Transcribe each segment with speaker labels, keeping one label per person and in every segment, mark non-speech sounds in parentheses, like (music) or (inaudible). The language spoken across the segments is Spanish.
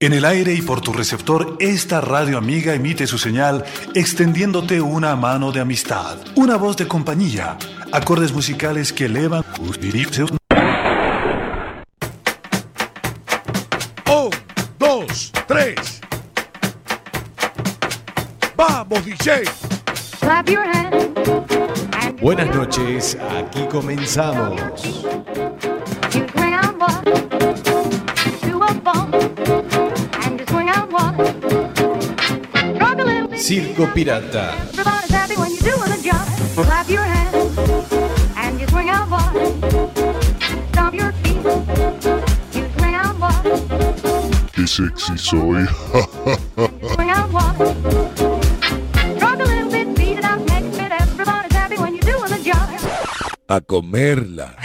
Speaker 1: En el aire y por tu receptor, esta radio amiga emite su señal extendiéndote una mano de amistad, una voz de compañía, acordes musicales que elevan tus diripseus.
Speaker 2: Un, dos, tres. Vamos, DJ.
Speaker 3: Clap your hands. and
Speaker 4: Buenas noches, aquí comenzamos.
Speaker 3: You swing out one, two up one, and you swing out one. Rock a little bit.
Speaker 4: Circo Pirata.
Speaker 3: Everybody's happy when you're doing a job. Clap your hands and you swing out one. Stomp your feet. You swing out one.
Speaker 5: Qué sexy soy.
Speaker 3: You swing out one. Rock a little bit. Beat it out. Next bit. Everybody's happy when you're doing a job.
Speaker 2: A comerla.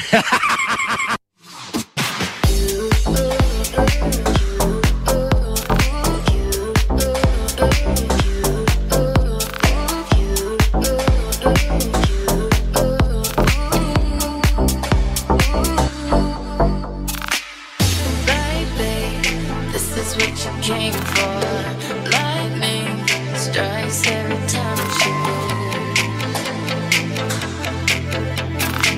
Speaker 6: Baby, this is what you came for. Lightning strikes every time you move.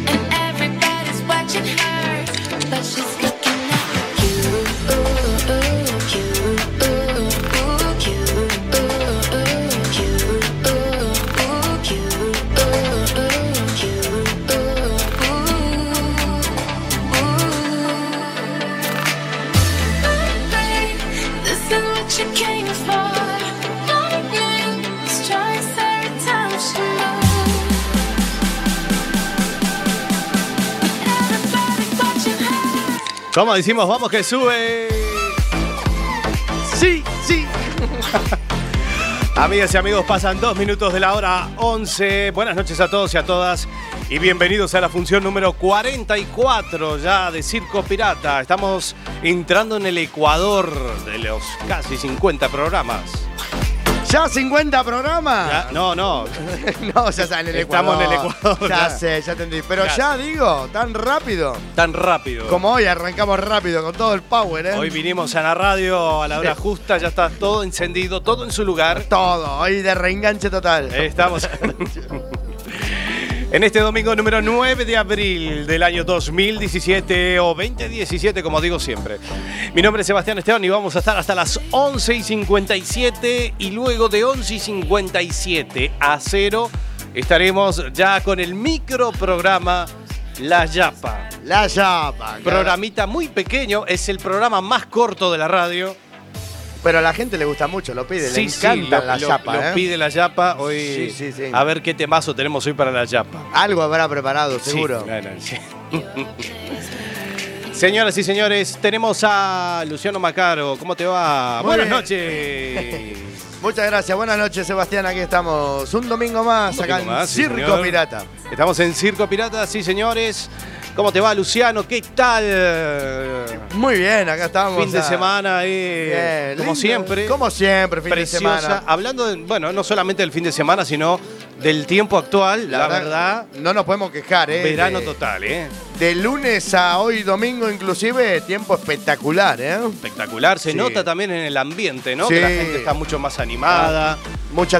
Speaker 6: And everybody's watching her, but she's looking at you. Ooh, ooh, you, ooh, ooh, you, ooh, ooh, you, ooh, ooh, you, ooh, ooh, ooh. This is what you came for. Lightning strikes every time she moves. Everybody's watching her.
Speaker 4: ¿Cómo decimos? Vamos que sube. Sí, sí. (laughs) Amigas y amigos, pasan dos minutos de la hora 11. Buenas noches a todos y a todas. Y bienvenidos a la función número 44 ya de Circo Pirata. Estamos entrando en el Ecuador de los casi 50 programas.
Speaker 7: ¿Ya 50 programas?
Speaker 4: Ya- no, no.
Speaker 7: (laughs) No, ya está en el
Speaker 4: Estamos
Speaker 7: Ecuador.
Speaker 4: en el Ecuador,
Speaker 7: Ya
Speaker 4: ya.
Speaker 7: sé, ya entendí. Pero
Speaker 4: Ya.
Speaker 7: ya. digo, tan rápido.
Speaker 4: Tan rápido.
Speaker 7: Como hoy arrancamos rápido con todo el power, ¿eh?
Speaker 4: Hoy vinimos a la radio a la hora
Speaker 7: Sí.
Speaker 4: justa, ya está todo encendido, todo en su lugar.
Speaker 7: (laughs) todo, hoy de reenganche total.
Speaker 4: Eh, Estamos en este domingo número 9 de abril del año 2017 o 2017, como digo siempre. Mi nombre es Sebastián Esteban y vamos a estar hasta las 11 y 57 y luego de 11 y 57 a 0 estaremos ya con el microprograma La Yapa.
Speaker 7: La chapa.
Speaker 4: Programita muy pequeño, es el programa más corto de la radio.
Speaker 7: Pero a la gente le gusta mucho, lo pide, le encanta
Speaker 4: lo-
Speaker 7: la
Speaker 4: lo-
Speaker 7: chapa,
Speaker 4: lo
Speaker 7: ¿eh?
Speaker 4: pide la yapa hoy.
Speaker 7: Sí, sí, sí.
Speaker 4: A ver qué temazo tenemos hoy para la yapa.
Speaker 7: Algo habrá preparado,
Speaker 4: Sí,
Speaker 7: seguro.
Speaker 4: claro, sí. (laughs) Señoras y señores, tenemos a Luciano Macaro. ¿Cómo te va?
Speaker 7: Muy
Speaker 4: Buenas
Speaker 7: bien. (laughs)
Speaker 4: noches.
Speaker 7: Muchas gracias, buenas noches, Sebastián. Aquí estamos un domingo más
Speaker 4: Un
Speaker 7: acá
Speaker 4: domingo
Speaker 7: en
Speaker 4: más, sí,
Speaker 7: Circo
Speaker 4: señor.
Speaker 7: Pirata.
Speaker 4: Estamos en Circo Pirata, sí, señores. ¿Cómo te va, Luciano? ¿Qué tal?
Speaker 7: Muy bien, acá estamos.
Speaker 4: Fin de
Speaker 7: ah,
Speaker 4: semana, eh,
Speaker 7: bien,
Speaker 4: como
Speaker 7: lindo.
Speaker 4: siempre.
Speaker 7: Como siempre, fin
Speaker 4: preciosa.
Speaker 7: de semana.
Speaker 4: Hablando, de- bueno, no solamente del fin de semana, sino del tiempo actual, la, verdad,
Speaker 7: No nos podemos quejar, ¿eh?
Speaker 4: verano
Speaker 7: de,
Speaker 4: total, ¿eh?
Speaker 7: De lunes a hoy domingo, inclusive, tiempo espectacular, ¿eh?
Speaker 4: Espectacular. Se
Speaker 7: Sí.
Speaker 4: nota también en el ambiente, ¿no?
Speaker 7: Sí. Ah,
Speaker 4: Que la gente está mucho más animada.
Speaker 7: Mucha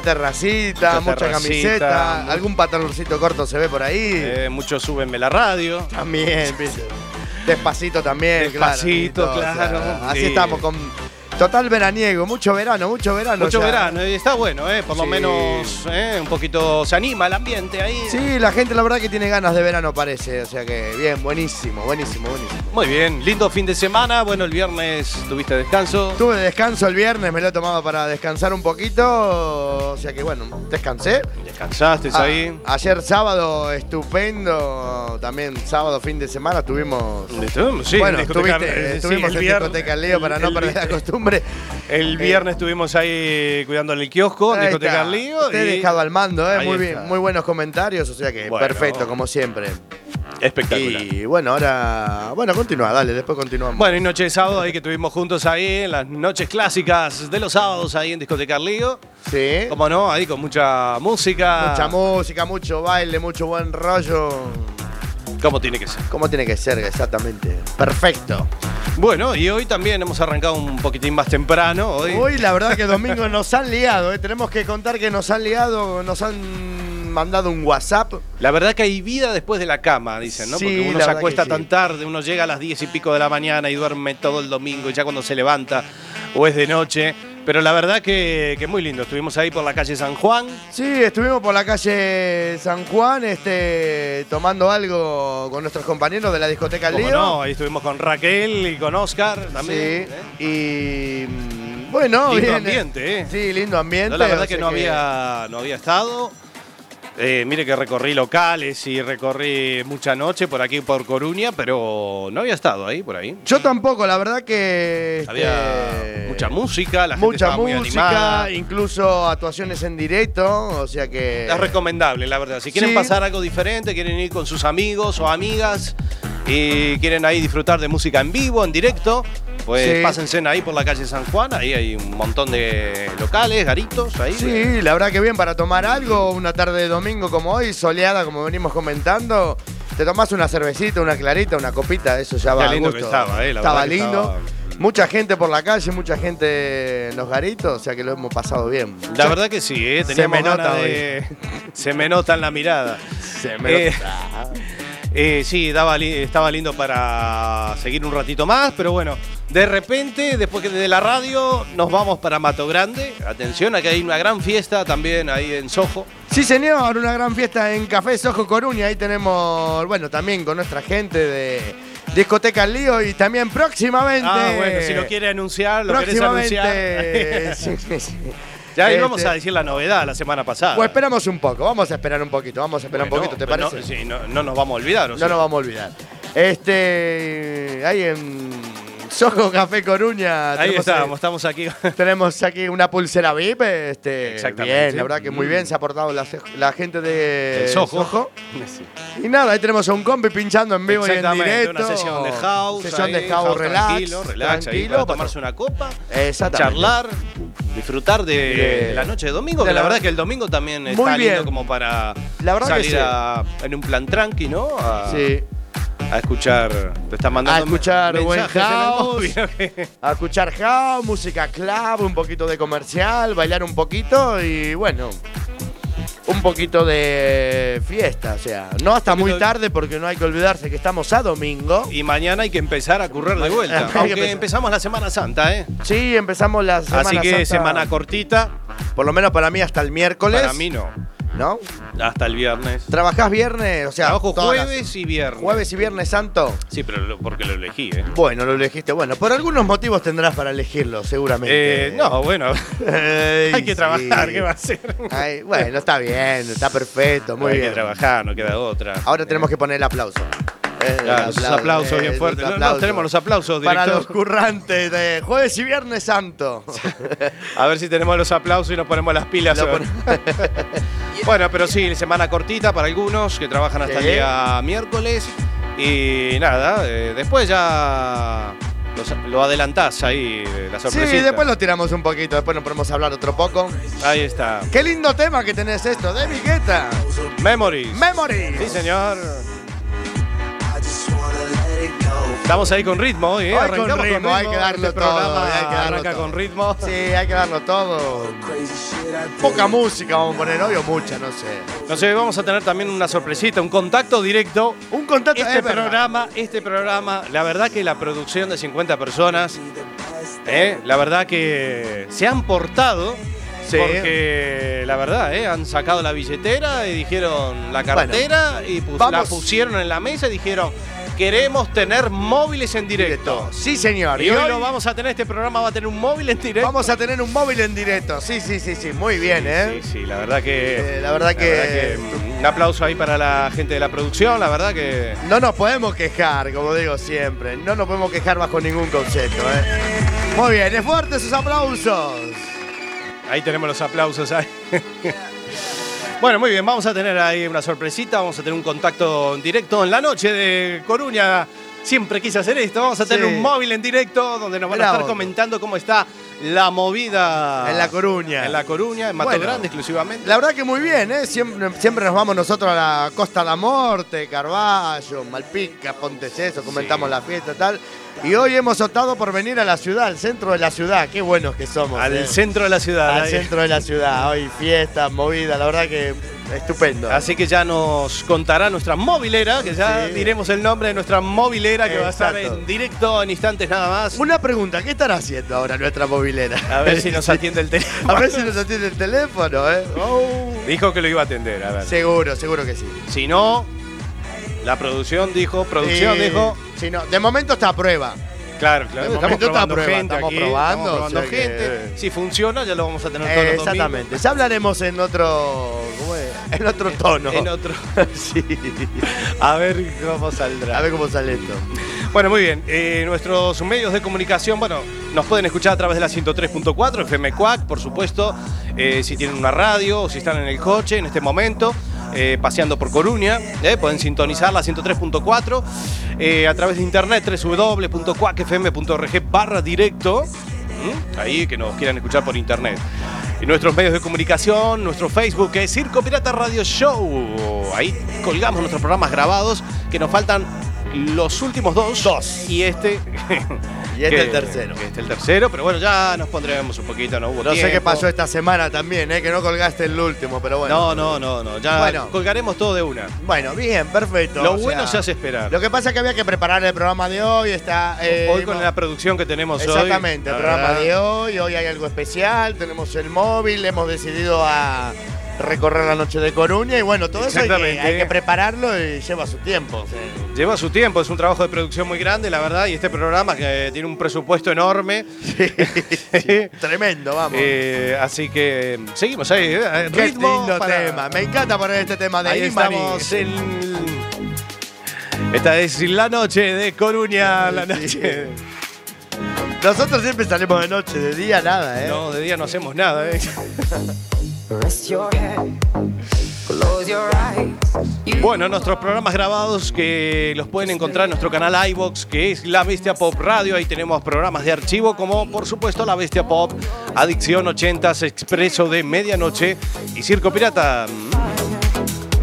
Speaker 4: Mucha
Speaker 7: terracita, mucha
Speaker 4: terracita,
Speaker 7: camiseta,
Speaker 4: mu-
Speaker 7: algún pantaloncito corto se ve por ahí.
Speaker 4: eh, muchos súbenme la radio.
Speaker 7: También, ¿viste? Despacito también,
Speaker 4: Despacito,
Speaker 7: claro. amiguito,
Speaker 4: claro,
Speaker 7: así
Speaker 4: sí.
Speaker 7: estamos con total veraniego, mucho verano, mucho verano.
Speaker 4: Mucho
Speaker 7: ya.
Speaker 4: verano. Y está bueno, ¿eh? Por lo
Speaker 7: Sí.
Speaker 4: menos eh, un poquito se anima el ambiente ahí.
Speaker 7: Sí, la gente la verdad que tiene ganas de verano parece, o sea que bien, buenísimo, buenísimo, buenísimo.
Speaker 4: Muy bien. Lindo fin de semana. Bueno, el viernes tuviste descanso.
Speaker 7: Tuve descanso el viernes, me lo he tomado para descansar un poquito, o sea que bueno, descansé.
Speaker 4: Descansaste
Speaker 7: Ah,
Speaker 4: ahí.
Speaker 7: Ayer sábado estupendo, también sábado fin de semana estuvimos...
Speaker 4: Estuvimos, sí,
Speaker 7: bueno,
Speaker 4: en discoteca-
Speaker 7: estuviste-
Speaker 4: eh, sí,
Speaker 7: estuvimos
Speaker 4: el
Speaker 7: en
Speaker 4: vier-
Speaker 7: discoteca Leo para
Speaker 4: el-
Speaker 7: no
Speaker 4: el-
Speaker 7: perder la costumbre.
Speaker 4: El viernes estuvimos ahí cuidando el kiosco,
Speaker 7: Eh. Ahí
Speaker 4: discoteca
Speaker 7: está.
Speaker 4: Lío.
Speaker 7: Te he dejado al mando, eh,
Speaker 4: Ahí
Speaker 7: muy
Speaker 4: está.
Speaker 7: bien, muy buenos comentarios, o sea que
Speaker 4: Bueno.
Speaker 7: perfecto, como siempre.
Speaker 4: Espectacular.
Speaker 7: Y bueno, ahora, bueno, continúa, dale, después continuamos.
Speaker 4: Bueno, y noche de sábado ahí que estuvimos juntos ahí, en las noches clásicas de los sábados ahí en Discoteca Lío.
Speaker 7: sí.
Speaker 4: Como no, ahí con mucha música.
Speaker 7: Mucha música, mucho baile, mucho buen rollo.
Speaker 4: Como tiene que ser.
Speaker 7: ¿Cómo tiene que ser exactamente? Perfecto.
Speaker 4: Bueno, y hoy también hemos arrancado un poquitín más temprano. Hoy,
Speaker 7: Hoy la verdad que domingo nos han liado, ¿eh? tenemos que contar que nos han liado, nos han mandado un WhatsApp.
Speaker 4: La verdad que hay vida después de la cama, dicen, ¿no?
Speaker 7: Sí,
Speaker 4: Porque uno
Speaker 7: la
Speaker 4: se
Speaker 7: verdad que
Speaker 4: acuesta
Speaker 7: sí.
Speaker 4: tan tarde, uno llega a las 10 y pico de la mañana y duerme todo el domingo, y ya cuando se levanta o es de noche. Pero la verdad que, que muy lindo. Estuvimos ahí por la calle San Juan.
Speaker 7: Sí, estuvimos por la calle San Juan, este, tomando algo con nuestros compañeros de la discoteca El
Speaker 4: Como
Speaker 7: Lío.
Speaker 4: no, ahí estuvimos con Raquel y con Oscar también. ¿eh?
Speaker 7: Sí, y mm, bueno,
Speaker 4: Lindo
Speaker 7: bien,
Speaker 4: ambiente, ¿eh?
Speaker 7: Sí, lindo ambiente.
Speaker 4: No, la verdad
Speaker 7: o
Speaker 4: que
Speaker 7: sea
Speaker 4: no había, no había estado. Eh, mire que recorrí locales y recorrí mucha noche por aquí, por Coruña, pero no había estado ahí, por ahí.
Speaker 7: Yo tampoco, la verdad que este,
Speaker 4: Había mucha música, la gente
Speaker 7: mucha
Speaker 4: estaba muy
Speaker 7: música,
Speaker 4: animada.
Speaker 7: incluso actuaciones en directo, o sea que
Speaker 4: Es recomendable, la verdad. Si quieren
Speaker 7: Sí.
Speaker 4: pasar algo diferente, quieren ir con sus amigos o amigas y quieren ahí disfrutar de música en vivo, en directo, pues
Speaker 7: Sí.
Speaker 4: pásense ahí por la calle San Juan. Ahí hay un montón de locales, garitos, ahí.
Speaker 7: Sí, la verdad que bien para tomar algo, una tarde de domingo como hoy, soleada como venimos comentando. Te tomás una cervecita, una clarita, una copita, eso ya va a
Speaker 4: lindo que
Speaker 7: gusto.
Speaker 4: estaba, eh, la
Speaker 7: Estaba
Speaker 4: verdad que
Speaker 7: lindo.
Speaker 4: estaba- mm.
Speaker 7: Mucha gente por la calle, mucha gente en los garitos, o sea que lo hemos pasado bien.
Speaker 4: La verdad que sí, ¿eh?
Speaker 7: Se
Speaker 4: Teníamos
Speaker 7: me nota
Speaker 4: ganas de- (laughs) Se me nota en la mirada.
Speaker 7: Se me
Speaker 4: Eh, eh, sí, daba li- estaba lindo para seguir un ratito más, pero bueno, de repente, después que de la radio, nos vamos para Mato Grande. Atención, aquí hay una gran fiesta también ahí en Sojo.
Speaker 7: Sí, señor, una gran fiesta en Café Sojo Coruña. Ahí tenemos, bueno, también con nuestra gente de Discoteca El Lío y también próximamente.
Speaker 4: Ah, bueno, si lo quiere anunciar, lo querés
Speaker 7: próximamente.
Speaker 4: anunciar. (laughs)
Speaker 7: (laughs) sí, sí.
Speaker 4: ya ahí
Speaker 7: Este,
Speaker 4: vamos a decir la novedad la semana pasada.
Speaker 7: Pues esperamos un poco, vamos a esperar un poquito, vamos a esperar
Speaker 4: Bueno,
Speaker 7: un poquito, ¿te
Speaker 4: pues
Speaker 7: parece?
Speaker 4: No, sí, no, no nos vamos a olvidar. o
Speaker 7: No
Speaker 4: sea.
Speaker 7: nos vamos a olvidar. Este, ahí en Sojo Café Coruña.
Speaker 4: Ahí
Speaker 7: tenemos-
Speaker 4: estamos, estamos aquí.
Speaker 7: Tenemos aquí una pulsera VIP, este,
Speaker 4: Exactamente. Mm.
Speaker 7: bien, la verdad que muy bien se ha portado la, la gente de
Speaker 4: El (laughs) Soho. Sí.
Speaker 7: Y nada, ahí tenemos a un compi pinchando en vivo y en
Speaker 4: Exactamente,
Speaker 7: directo.
Speaker 4: una sesión de house.
Speaker 7: Sesión
Speaker 4: ahí,
Speaker 7: de house, relax.
Speaker 4: Tranquilo, relax, ahí para
Speaker 7: para-
Speaker 4: tomarse una copa,
Speaker 7: Exactamente.
Speaker 4: charlar, disfrutar de,
Speaker 7: Bien.
Speaker 4: la noche de domingo,
Speaker 7: De
Speaker 4: que la,
Speaker 7: la-
Speaker 4: verdad que el domingo también
Speaker 7: Muy
Speaker 4: está lindo
Speaker 7: bien.
Speaker 4: como para
Speaker 7: La verdad que
Speaker 4: salir
Speaker 7: sí.
Speaker 4: a- en un plan tranqui, ¿no? A,
Speaker 7: Sí,
Speaker 4: a escuchar, te están mandando
Speaker 7: A escuchar
Speaker 4: men-
Speaker 7: buen
Speaker 4: mensajes en el
Speaker 7: house.
Speaker 4: móvil.
Speaker 7: a escuchar house, música club, un poquito de comercial, bailar un poquito y bueno, un poquito de fiesta, o sea, no hasta
Speaker 4: Un poquito
Speaker 7: muy
Speaker 4: de-
Speaker 7: tarde porque no hay que olvidarse que estamos a domingo.
Speaker 4: y mañana hay que empezar a currer de vuelta,
Speaker 7: Hay que
Speaker 4: aunque
Speaker 7: empezar.
Speaker 4: empezamos la Semana Santa, ¿eh?
Speaker 7: Sí, empezamos la semana
Speaker 4: Así que
Speaker 7: Santa,
Speaker 4: semana cortita,
Speaker 7: por lo menos para mí hasta el miércoles,
Speaker 4: para mí no,
Speaker 7: ¿no?
Speaker 4: hasta el viernes.
Speaker 7: Trabajás viernes, o sea,
Speaker 4: Trabajo
Speaker 7: todas las-
Speaker 4: jueves y viernes.
Speaker 7: jueves y viernes santo.
Speaker 4: Sí, pero lo- porque lo elegí, ¿eh?
Speaker 7: Bueno, lo elegiste. Bueno, por algunos motivos tendrás para elegirlo, seguramente.
Speaker 4: Eh, no,
Speaker 7: (laughs)
Speaker 4: bueno,
Speaker 7: Ay,
Speaker 4: hay que
Speaker 7: sí.
Speaker 4: trabajar, ¿qué va a ser?
Speaker 7: Ay, bueno, está bien, está perfecto, muy
Speaker 4: hay
Speaker 7: bien.
Speaker 4: que trabajar, no queda otra.
Speaker 7: Ahora tenemos que poner el aplauso. Eh,
Speaker 4: Claro, esos aplausos bien
Speaker 7: esos
Speaker 4: fuertes. No, no,
Speaker 7: aplausos.
Speaker 4: tenemos los aplausos,
Speaker 7: Para
Speaker 4: director.
Speaker 7: los currantes de jueves y viernes santo.
Speaker 4: A ver si tenemos los aplausos y nos ponemos las pilas.
Speaker 7: Lo
Speaker 4: hoy. (laughs) bueno, pero sí, semana cortita para algunos que trabajan hasta el
Speaker 7: Sí.
Speaker 4: día miércoles. Y nada, eh, después ya los- lo adelantás ahí, eh, la
Speaker 7: sí,
Speaker 4: sorpresita.
Speaker 7: después lo tiramos un poquito, después nos podemos hablar otro poco.
Speaker 4: Ahí está.
Speaker 7: Qué lindo tema que tenés esto, de Guetta.
Speaker 4: Memories.
Speaker 7: Memory.
Speaker 4: sí, señor. Estamos ahí con ritmo hoy, ¿eh?
Speaker 7: Hoy con
Speaker 4: Arrancamos
Speaker 7: ritmo, hay que darlo
Speaker 4: Este programa
Speaker 7: todo, hay que darlo
Speaker 4: arranca
Speaker 7: todo.
Speaker 4: con ritmo.
Speaker 7: Sí, hay que darlo todo. Poca música vamos a poner hoy o mucha, no sé.
Speaker 4: No sé, vamos a tener también una sorpresita, un contacto directo.
Speaker 7: Un contacto
Speaker 4: Este
Speaker 7: es verdad.
Speaker 4: programa, este programa, la verdad que la producción de 50 personas, eh, la verdad que se han portado.
Speaker 7: Sí.
Speaker 4: Porque la verdad, eh, han sacado la billetera y dijeron la cartera y pus- la
Speaker 7: vamos.
Speaker 4: pusieron en la mesa y dijeron queremos tener móviles en directo.
Speaker 7: Sí, señor.
Speaker 4: Y, hoy, lo vamos a tener, este programa va a tener un móvil en directo.
Speaker 7: vamos a tener un móvil en directo. Sí, sí, sí, sí. Muy bien, ¿eh?
Speaker 4: Sí, sí, la verdad que.
Speaker 7: Eh, la verdad que-
Speaker 4: que, mm, Un aplauso ahí para la gente de la producción, la verdad que.
Speaker 7: No nos podemos quejar, como digo siempre. No nos podemos quejar bajo ningún concepto, ¿eh? Muy bien, es fuerte esos aplausos.
Speaker 4: Ahí tenemos los aplausos. ahí. bueno, muy bien, vamos a tener ahí una sorpresita, vamos a tener un contacto en directo en la noche de Coruña. Siempre quise hacer esto, vamos a tener
Speaker 7: Sí.
Speaker 4: un móvil en directo donde nos van a
Speaker 7: Mirá
Speaker 4: estar
Speaker 7: vos.
Speaker 4: comentando cómo está la movida.
Speaker 7: En La Coruña.
Speaker 4: En La Coruña, en Mato
Speaker 7: Bueno.
Speaker 4: Grande exclusivamente.
Speaker 7: La verdad que muy bien, ¿eh? Siempre, siempre nos vamos nosotros a la Costa da Morte, Carballo, Malpica, Ponteceso, comentamos la fiesta tal. Y hoy hemos optado por venir a la ciudad, al centro de la ciudad. Qué buenos que somos.
Speaker 4: al
Speaker 7: ¿eh?
Speaker 4: centro de la ciudad.
Speaker 7: Al
Speaker 4: ahí.
Speaker 7: centro de la ciudad. Hoy fiesta, movida, la verdad que estupendo.
Speaker 4: Así que ya nos contará nuestra movilera, que ya
Speaker 7: Sí.
Speaker 4: diremos el nombre de nuestra movilera que va a estar
Speaker 7: Exacto.
Speaker 4: en directo en instantes nada más.
Speaker 7: Una pregunta, ¿qué estará haciendo ahora nuestra movilera?
Speaker 4: A ver
Speaker 7: (laughs)
Speaker 4: si nos atiende el teléfono.
Speaker 7: A ver si nos atiende el teléfono, ¿eh? Oh.
Speaker 4: Dijo que lo iba a atender, a ver.
Speaker 7: Seguro, seguro que sí.
Speaker 4: Si no, la producción dijo, producción
Speaker 7: Sí,
Speaker 4: dijo.
Speaker 7: Eh, sí, no, de momento está a prueba.
Speaker 4: Claro, claro.
Speaker 7: De
Speaker 4: Estamos
Speaker 7: momento está a
Speaker 4: probando
Speaker 7: prueba,
Speaker 4: gente
Speaker 7: estamos
Speaker 4: aquí,
Speaker 7: probando,
Speaker 4: estamos probando
Speaker 7: o sea que-
Speaker 4: gente. Si funciona, ya lo vamos a tener
Speaker 7: Eh,
Speaker 4: todos los domingos.
Speaker 7: exactamente. Ya hablaremos en otro. ¿cómo es? En otro tono.
Speaker 4: (laughs) En otro.
Speaker 7: (laughs) Sí.
Speaker 4: A ver cómo saldrá.
Speaker 7: A ver cómo sale esto.
Speaker 4: Bueno, muy bien. Eh, nuestros medios de comunicación, bueno, nos pueden escuchar a través de la 103.4, FM Cuac, por supuesto. Eh, si tienen una radio o si están en el coche en este momento, eh, paseando por Coruña, eh, pueden sintonizar la 103.4 eh, a través de internet www.cuacfm.org barra directo. ¿Mm? Ahí que nos quieran escuchar por internet. Y nuestros medios de comunicación, nuestro Facebook que es Circo Pirata Radio Show. Ahí colgamos nuestros programas grabados que nos faltan los últimos dos. Y
Speaker 7: (laughs)
Speaker 4: este.
Speaker 7: Y este
Speaker 4: que-
Speaker 7: el tercero.
Speaker 4: que Este el tercero, pero bueno, ya nos pondremos un poquito, no hubo
Speaker 7: No sé
Speaker 4: tiempo.
Speaker 7: qué pasó este esta semana también, ¿eh? que no colgaste el último, pero
Speaker 4: No,
Speaker 7: bueno.
Speaker 4: no, no, no. Ya
Speaker 7: Bueno.
Speaker 4: colgaremos todo de una.
Speaker 7: Bueno, bien, perfecto.
Speaker 4: Lo
Speaker 7: o
Speaker 4: bueno
Speaker 7: sea,
Speaker 4: se hace esperar.
Speaker 7: Lo que pasa es que había que preparar el programa de hoy. Está, eh,
Speaker 4: Hoy con
Speaker 7: hemos-
Speaker 4: la producción que tenemos hoy.
Speaker 7: Exactamente, el
Speaker 4: la
Speaker 7: programa
Speaker 4: verdad,
Speaker 7: de hoy. Hoy hay algo especial. Tenemos el móvil, hemos decidido a recorrer la noche de Coruña. Y bueno, todo eso hay que,
Speaker 4: Exactamente.
Speaker 7: hay que prepararlo y lleva su tiempo. sí.
Speaker 4: Lleva su tiempo, es un trabajo de producción muy grande, la verdad, y este programa que tiene un presupuesto enorme. (laughs)
Speaker 7: Tremendo, vamos.
Speaker 4: Eh, así que seguimos ahí. eh,
Speaker 7: Qué
Speaker 4: ritmo
Speaker 7: lindo
Speaker 4: para-
Speaker 7: tema. Me encanta poner este tema de
Speaker 4: Ahí
Speaker 7: Imani.
Speaker 4: estamos en. Esta es la noche de Coruña, la noche. de-
Speaker 7: Nosotros siempre salimos de noche, de día nada, ¿eh?
Speaker 4: No, de día no hacemos nada, ¿eh?
Speaker 8: Rest your head, close your eyes. You
Speaker 4: Bueno, nuestros programas grabados que los pueden encontrar en nuestro canal iBox, que es La Bestia Pop Radio. Ahí tenemos programas de archivo como, por supuesto, La Bestia Pop, Adicción 80s, Expreso de Medianoche y Circo Pirata.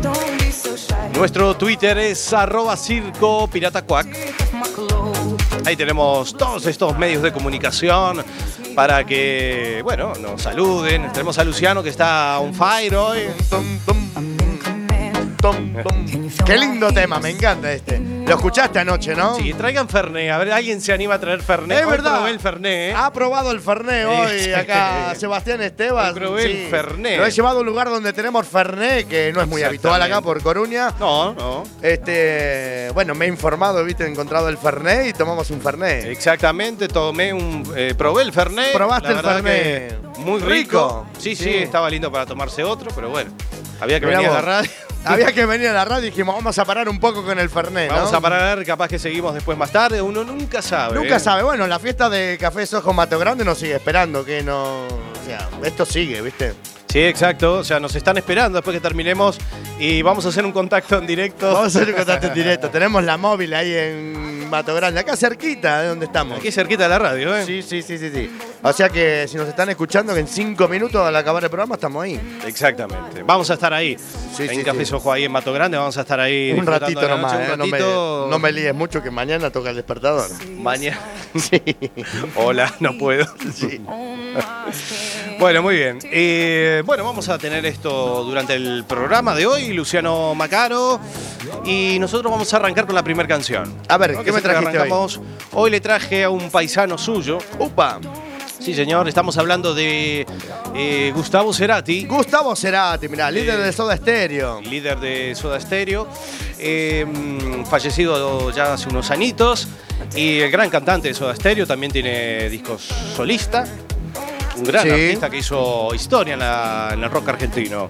Speaker 8: don't be so shy.
Speaker 4: Nuestro Twitter es arroba circo pirata cuac.
Speaker 8: Take off my clothes.
Speaker 4: Ahí tenemos todos estos medios de comunicación para que, bueno, nos saluden. Tenemos a Luciano que está on fire hoy.
Speaker 7: Tum, tum,
Speaker 8: In command.
Speaker 7: tum, tum. Qué lindo tema, me encanta este. Lo escuchaste anoche, ¿no?
Speaker 4: Sí, traigan Ferné. A ver, alguien se anima a traer Ferné.
Speaker 7: Es
Speaker 4: Hoy
Speaker 7: verdad. Ah.
Speaker 4: probé el Ferné, ¿eh?
Speaker 7: Ha probado el Ferné hoy
Speaker 4: Sí.
Speaker 7: acá
Speaker 4: (laughs)
Speaker 7: Sebastián Estebas.
Speaker 4: Hoy probé el Fernet.
Speaker 7: Lo he llevado a un lugar donde tenemos Ferné, que no es muy habitual acá por Coruña.
Speaker 4: No, no.
Speaker 7: Este, bueno, me he informado, viste, he encontrado el Ferné y tomamos un Ferné.
Speaker 4: Exactamente, tomé un. eh, probé el Fernet.
Speaker 7: Probaste
Speaker 4: la
Speaker 7: el
Speaker 4: verdad
Speaker 7: Fernet.
Speaker 4: que Muy rico.
Speaker 7: Rico.
Speaker 4: Sí, sí,
Speaker 7: Sí.
Speaker 4: estaba lindo para tomarse otro, pero bueno. Había que
Speaker 7: Mirá
Speaker 4: venir a la
Speaker 7: vos.
Speaker 4: radio.
Speaker 7: (laughs) Había que venir a la radio y dijimos, vamos a parar un poco con el Fernet. ¿no?
Speaker 4: Vamos a parar, capaz que seguimos después más tarde. Uno nunca sabe.
Speaker 7: Nunca
Speaker 4: ¿eh?
Speaker 7: sabe. Bueno, la fiesta de Café Sojo Mato Grande nos sigue esperando, que no. O sea, esto sigue, ¿viste?
Speaker 4: Sí, exacto. O sea, nos están esperando después que terminemos y vamos a hacer un contacto en directo.
Speaker 7: Vamos a hacer un contacto en directo. Tenemos la móvil ahí en Mato Grande, acá cerquita de donde estamos.
Speaker 4: Aquí cerquita de la radio, ¿eh?
Speaker 7: Sí, sí, sí, sí, sí. O sea que si nos están escuchando, que en cinco minutos al acabar el programa estamos ahí.
Speaker 4: Exactamente. Vamos a estar ahí.
Speaker 7: Sí,
Speaker 4: en
Speaker 7: sí,
Speaker 4: Café
Speaker 7: sí.
Speaker 4: Sojo, ahí en Mato Grande. Vamos a estar ahí.
Speaker 7: Un
Speaker 4: disfrutando
Speaker 7: ratito
Speaker 4: de la
Speaker 7: nomás,
Speaker 4: noche,
Speaker 7: ¿eh?
Speaker 4: un
Speaker 7: no, me,
Speaker 4: ratito.
Speaker 7: no me líes mucho que mañana toca el despertador.
Speaker 4: Mañana.
Speaker 7: (laughs) Sí.
Speaker 4: (laughs) Hola, no
Speaker 7: (laughs)
Speaker 4: puedo. (laughs) Bueno, muy bien. Eh, bueno, vamos a tener esto durante el programa de hoy, Luciano Macaro. Y nosotros vamos a arrancar con la primera canción.
Speaker 7: A ver,
Speaker 4: ¿No?
Speaker 7: ¿qué
Speaker 4: Que
Speaker 7: me
Speaker 4: siempre
Speaker 7: trajiste hoy?
Speaker 4: arrancamos. Hoy le traje a un paisano suyo.
Speaker 7: Upa.
Speaker 4: Sí, señor, estamos hablando de eh, Gustavo Cerati,
Speaker 7: Gustavo Cerati, mirá, líder de Soda Stereo.
Speaker 4: líder de Soda Stereo, eh, fallecido ya hace unos añitos, y el gran cantante de Soda Stereo, también tiene discos solista, un gran
Speaker 7: Sí.
Speaker 4: artista que hizo historia en, la- en el rock argentino.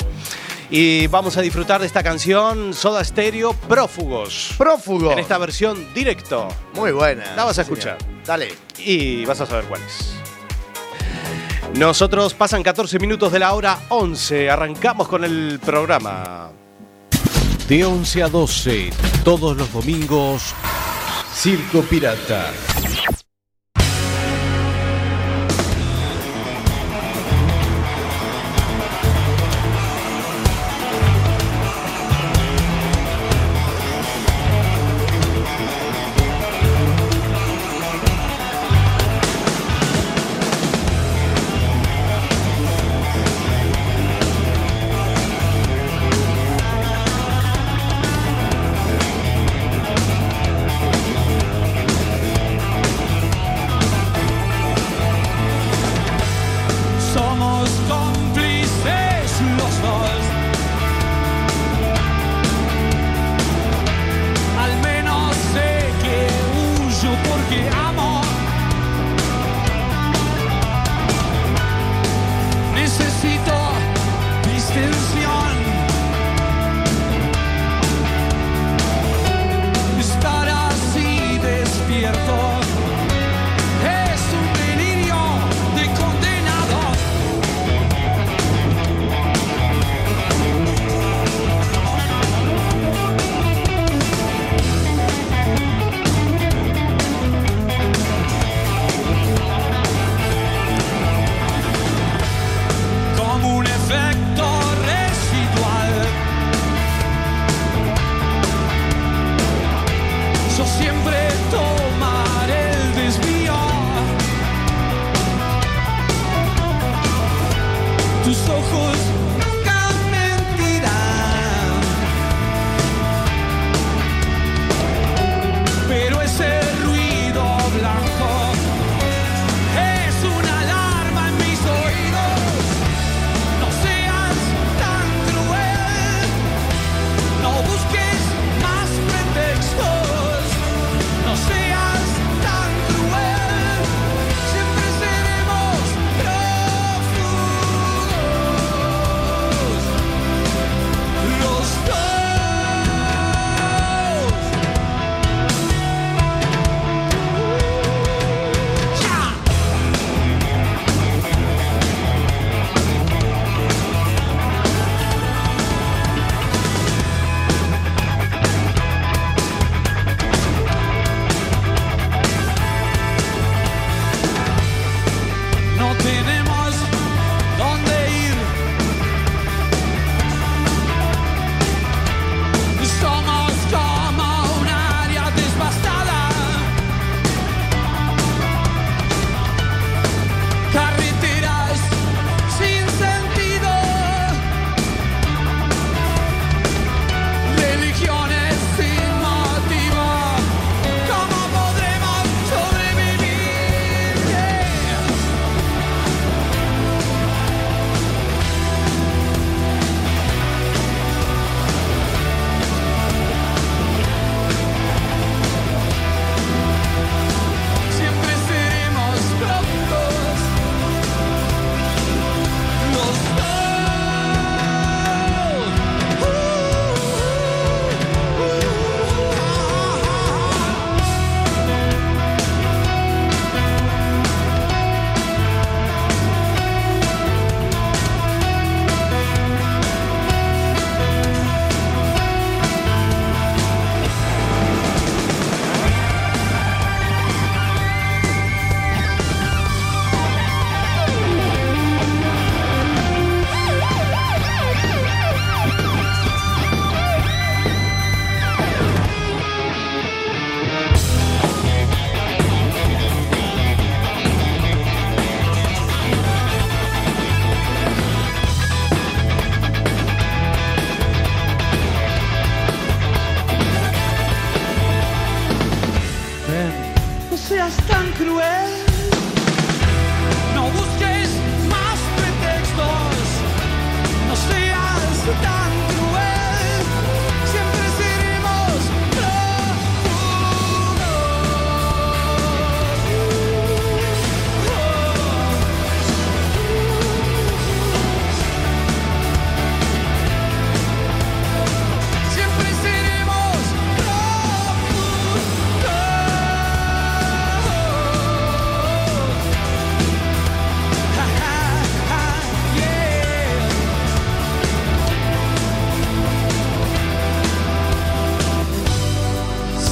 Speaker 4: Y vamos a disfrutar de esta canción, Soda Stereo, Prófugos,
Speaker 7: Prófugo.
Speaker 4: en esta versión directo.
Speaker 7: Muy buena.
Speaker 4: La vas a
Speaker 7: Sí, señor.
Speaker 4: escuchar.
Speaker 7: Dale.
Speaker 4: y vas a saber cuáles. Nosotros pasan 14 minutos de la hora 11. Arrancamos con el programa.
Speaker 9: De 11 a 12, todos los domingos, Circo Pirata.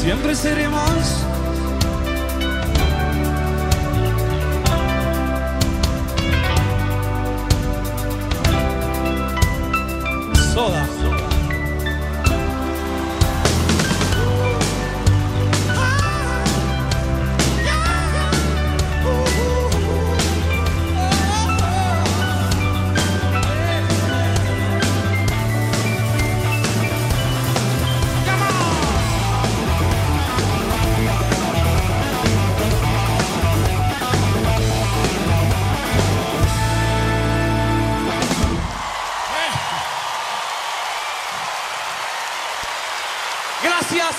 Speaker 5: Siempre seremos soda. Gracias.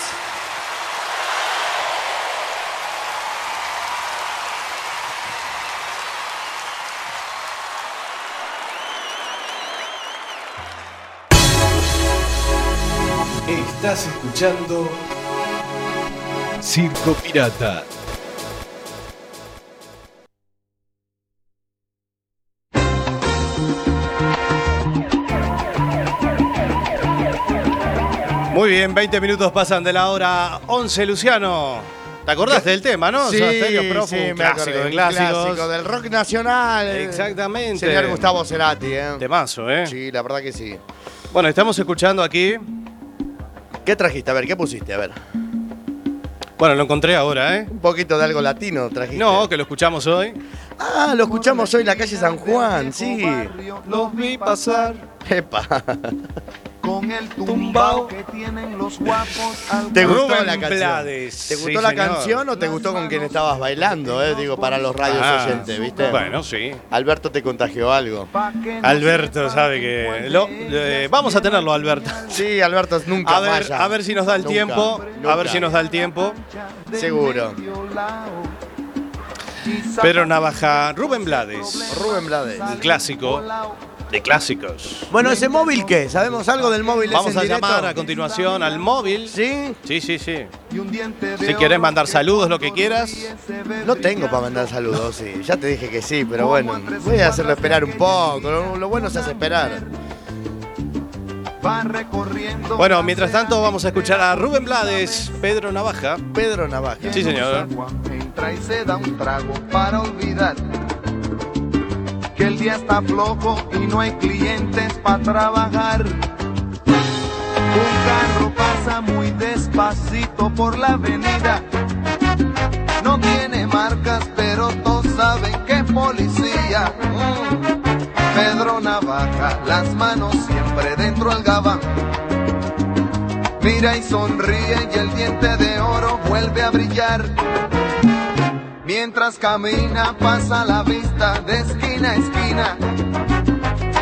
Speaker 10: Estás escuchando Circo Pirata.
Speaker 4: Muy bien, 20 minutos pasan de la hora 11, Luciano. ¿Te acordaste del tema, no?
Speaker 7: Sí,
Speaker 4: Sobasterio Profu,
Speaker 7: sí,
Speaker 4: un
Speaker 7: me
Speaker 4: clásico
Speaker 7: acordé,
Speaker 4: de
Speaker 7: un
Speaker 4: clásicos.
Speaker 7: clásico del rock nacional.
Speaker 4: Exactamente.
Speaker 7: Señor Gustavo Cerati, ¿eh?
Speaker 4: Temazo, ¿eh?
Speaker 7: Sí, la verdad que sí.
Speaker 4: Bueno, estamos escuchando aquí.
Speaker 7: ¿Qué trajiste? A ver, ¿qué pusiste? A ver.
Speaker 4: Bueno, lo encontré ahora, ¿eh?
Speaker 7: Un poquito de algo latino trajiste.
Speaker 4: No, que lo escuchamos hoy.
Speaker 7: Ah, lo escuchamos hoy en la calle San Juan, sí.
Speaker 5: Los vi pasar
Speaker 7: Epa.
Speaker 5: con el tumbao.
Speaker 7: ¿Te gustó
Speaker 4: Rubén
Speaker 7: la canción?
Speaker 4: Blades,
Speaker 7: ¿Te gustó
Speaker 4: sí,
Speaker 7: la
Speaker 4: señor.
Speaker 7: canción o te gustó con quien estabas bailando, eh? Digo, para los radios
Speaker 4: Ah,
Speaker 7: oyentes, ¿viste?
Speaker 4: Bueno, sí.
Speaker 7: Alberto te contagió algo.
Speaker 4: Alberto sabe que. lo- eh, vamos a tenerlo, Alberto.
Speaker 7: Sí, Alberto,
Speaker 4: (laughs)
Speaker 7: nunca
Speaker 4: A ver,
Speaker 7: falla.
Speaker 4: a ver si nos da el
Speaker 7: Nunca,
Speaker 4: tiempo. A
Speaker 7: nunca.
Speaker 4: ver si nos da el tiempo.
Speaker 7: Seguro.
Speaker 4: Pero Navaja, Rubén Blades.
Speaker 7: Rubén Blades.
Speaker 4: Un clásico de clásicos.
Speaker 7: Bueno, ¿ese móvil qué? ¿Sabemos algo del móvil ese
Speaker 4: Vamos
Speaker 7: en
Speaker 4: a
Speaker 7: directo?
Speaker 4: llamar a continuación al móvil.
Speaker 7: ¿Sí?
Speaker 4: Sí, sí, sí. Si quieres mandar saludos, lo que quieras.
Speaker 7: No tengo para mandar saludos, sí. Ya te dije que sí, pero bueno. Voy a hacerlo esperar un poco. Lo, lo bueno se hace esperar.
Speaker 4: Bueno, mientras tanto vamos a escuchar a Rubén Blades, Pedro Navaja.
Speaker 7: Pedro Navaja.
Speaker 4: Sí, señor.
Speaker 5: Entra y se da un trago para olvidar que el día está flojo y no hay clientes para trabajar. Un carro pasa muy despacito por la avenida. No tiene marcas, pero todos saben que es policía. Mm. Pedro Navaja, las manos siempre dentro al gabán. Mira y sonríe y el diente de oro vuelve a brillar. Mientras camina pasa la vista de esquina a esquina.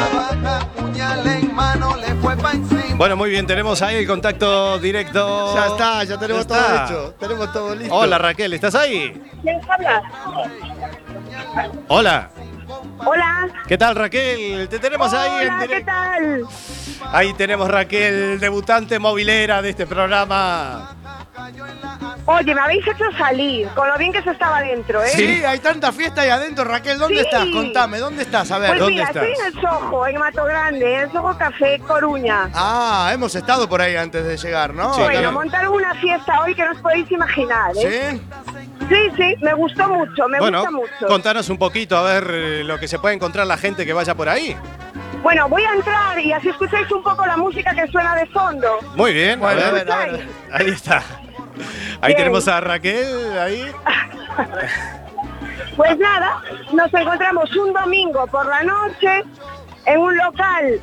Speaker 5: Navaja, puñal en mano, le fue pa' encima.
Speaker 4: Bueno, muy bien, tenemos ahí el contacto directo.
Speaker 7: Ya está, ya tenemos
Speaker 4: Ya está.
Speaker 7: todo hecho. Tenemos todo listo.
Speaker 4: Hola Raquel, ¿estás ahí?
Speaker 11: ¿Quién habla?
Speaker 4: Hola.
Speaker 11: Hola.
Speaker 4: ¿Qué tal Raquel? Te tenemos ahí en
Speaker 11: Hola, ¿qué
Speaker 4: directo.
Speaker 11: tal?
Speaker 4: Ahí tenemos Raquel, debutante movilera de este programa.
Speaker 11: Oye, me habéis hecho salir, con lo bien que se estaba dentro, ¿eh?
Speaker 7: Sí, hay tanta fiesta ahí adentro, Raquel. ¿Dónde
Speaker 11: Sí.
Speaker 7: estás? Contame, ¿dónde estás? A ver.
Speaker 11: Pues
Speaker 7: ¿dónde-
Speaker 11: mira,
Speaker 4: estás?
Speaker 11: estoy en el Sojo, en Mato Grande, en el Sojo Café, Coruña.
Speaker 7: Ah, hemos estado por ahí antes de llegar, ¿no?
Speaker 4: Sí,
Speaker 7: Acá-
Speaker 11: bueno, montaron una fiesta hoy que no os podéis imaginar, ¿eh?
Speaker 7: ¿Sí?
Speaker 11: Sí, sí, me gustó mucho, me
Speaker 4: bueno,
Speaker 11: gusta mucho.
Speaker 4: contanos un poquito a ver eh, lo que se puede encontrar la gente que vaya por ahí.
Speaker 11: Bueno, voy a entrar y así escucháis un poco la música que suena de fondo.
Speaker 4: Muy bien, a
Speaker 7: Bueno,
Speaker 4: ver.
Speaker 7: a ver, a ver.
Speaker 4: ahí está. Ahí
Speaker 11: Bien.
Speaker 4: tenemos a Raquel, ahí.
Speaker 11: Pues nada, nos encontramos un domingo por la noche en un local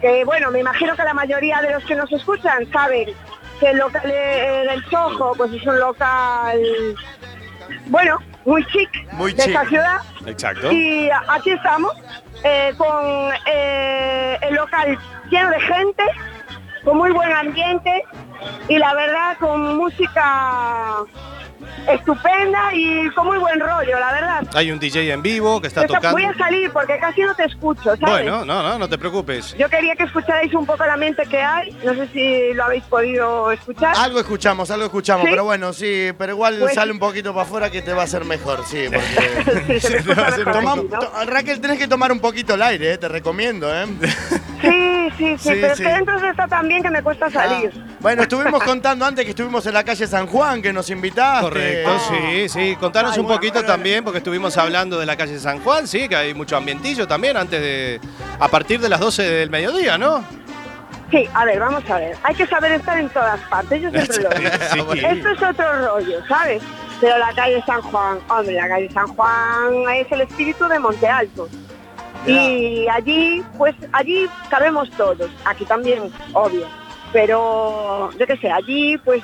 Speaker 11: que, bueno, me imagino que la mayoría de los que nos escuchan saben que el local eh, del Soho, pues es un local, bueno, muy chic
Speaker 4: Muy
Speaker 11: de esta
Speaker 4: chic.
Speaker 11: ciudad.
Speaker 4: Exacto.
Speaker 11: Y aquí estamos eh, con eh, el local lleno de gente, con muy buen ambiente y la verdad con música estupenda y con muy buen rollo, la verdad.
Speaker 4: Hay un DJ en vivo que está
Speaker 11: Yo sa-
Speaker 4: tocando.
Speaker 11: Voy a salir porque casi no te escucho, ¿sabes?
Speaker 4: Bueno, no, no, no te preocupes.
Speaker 11: Yo quería que escucharais un poco el ambiente que hay, no sé si lo habéis podido escuchar.
Speaker 7: Algo escuchamos, algo escuchamos,
Speaker 11: ¿Sí?
Speaker 7: pero bueno, sí, pero igual
Speaker 11: Pues-
Speaker 7: sale un poquito para afuera que te va a hacer mejor,
Speaker 4: (laughs)
Speaker 7: sí. porque-
Speaker 11: (laughs) Sí, se me
Speaker 7: Toma-
Speaker 11: escucha mejor
Speaker 7: toma-
Speaker 11: aquí, ¿no?
Speaker 7: to- Raquel, tenés que tomar un poquito el aire, eh, te recomiendo, ¿eh?
Speaker 11: Sí, sí, sí,
Speaker 7: Sí,
Speaker 11: pero
Speaker 7: sí.
Speaker 11: es que dentro se está tan bien que me cuesta salir.
Speaker 7: Ah. Bueno, estuvimos contando antes que estuvimos en la calle San Juan, que nos invitaste.
Speaker 4: Correcto, sí, sí. Contanos
Speaker 7: Ay,
Speaker 4: un
Speaker 7: bueno,
Speaker 4: poquito también, porque estuvimos hablando de la calle San Juan, sí, que hay mucho ambientillo también antes de. a partir de las 12 del mediodía, ¿no?
Speaker 11: Sí, a ver, vamos a ver. Hay que saber estar en todas partes, yo siempre lo digo.
Speaker 7: (laughs)
Speaker 4: Sí.
Speaker 11: Esto es otro rollo, ¿sabes? Pero la calle San Juan, hombre, la calle San Juan es el espíritu de Monte Alto. Y allí, pues allí cabemos todos, aquí también, obvio. Pero, yo qué sé, allí pues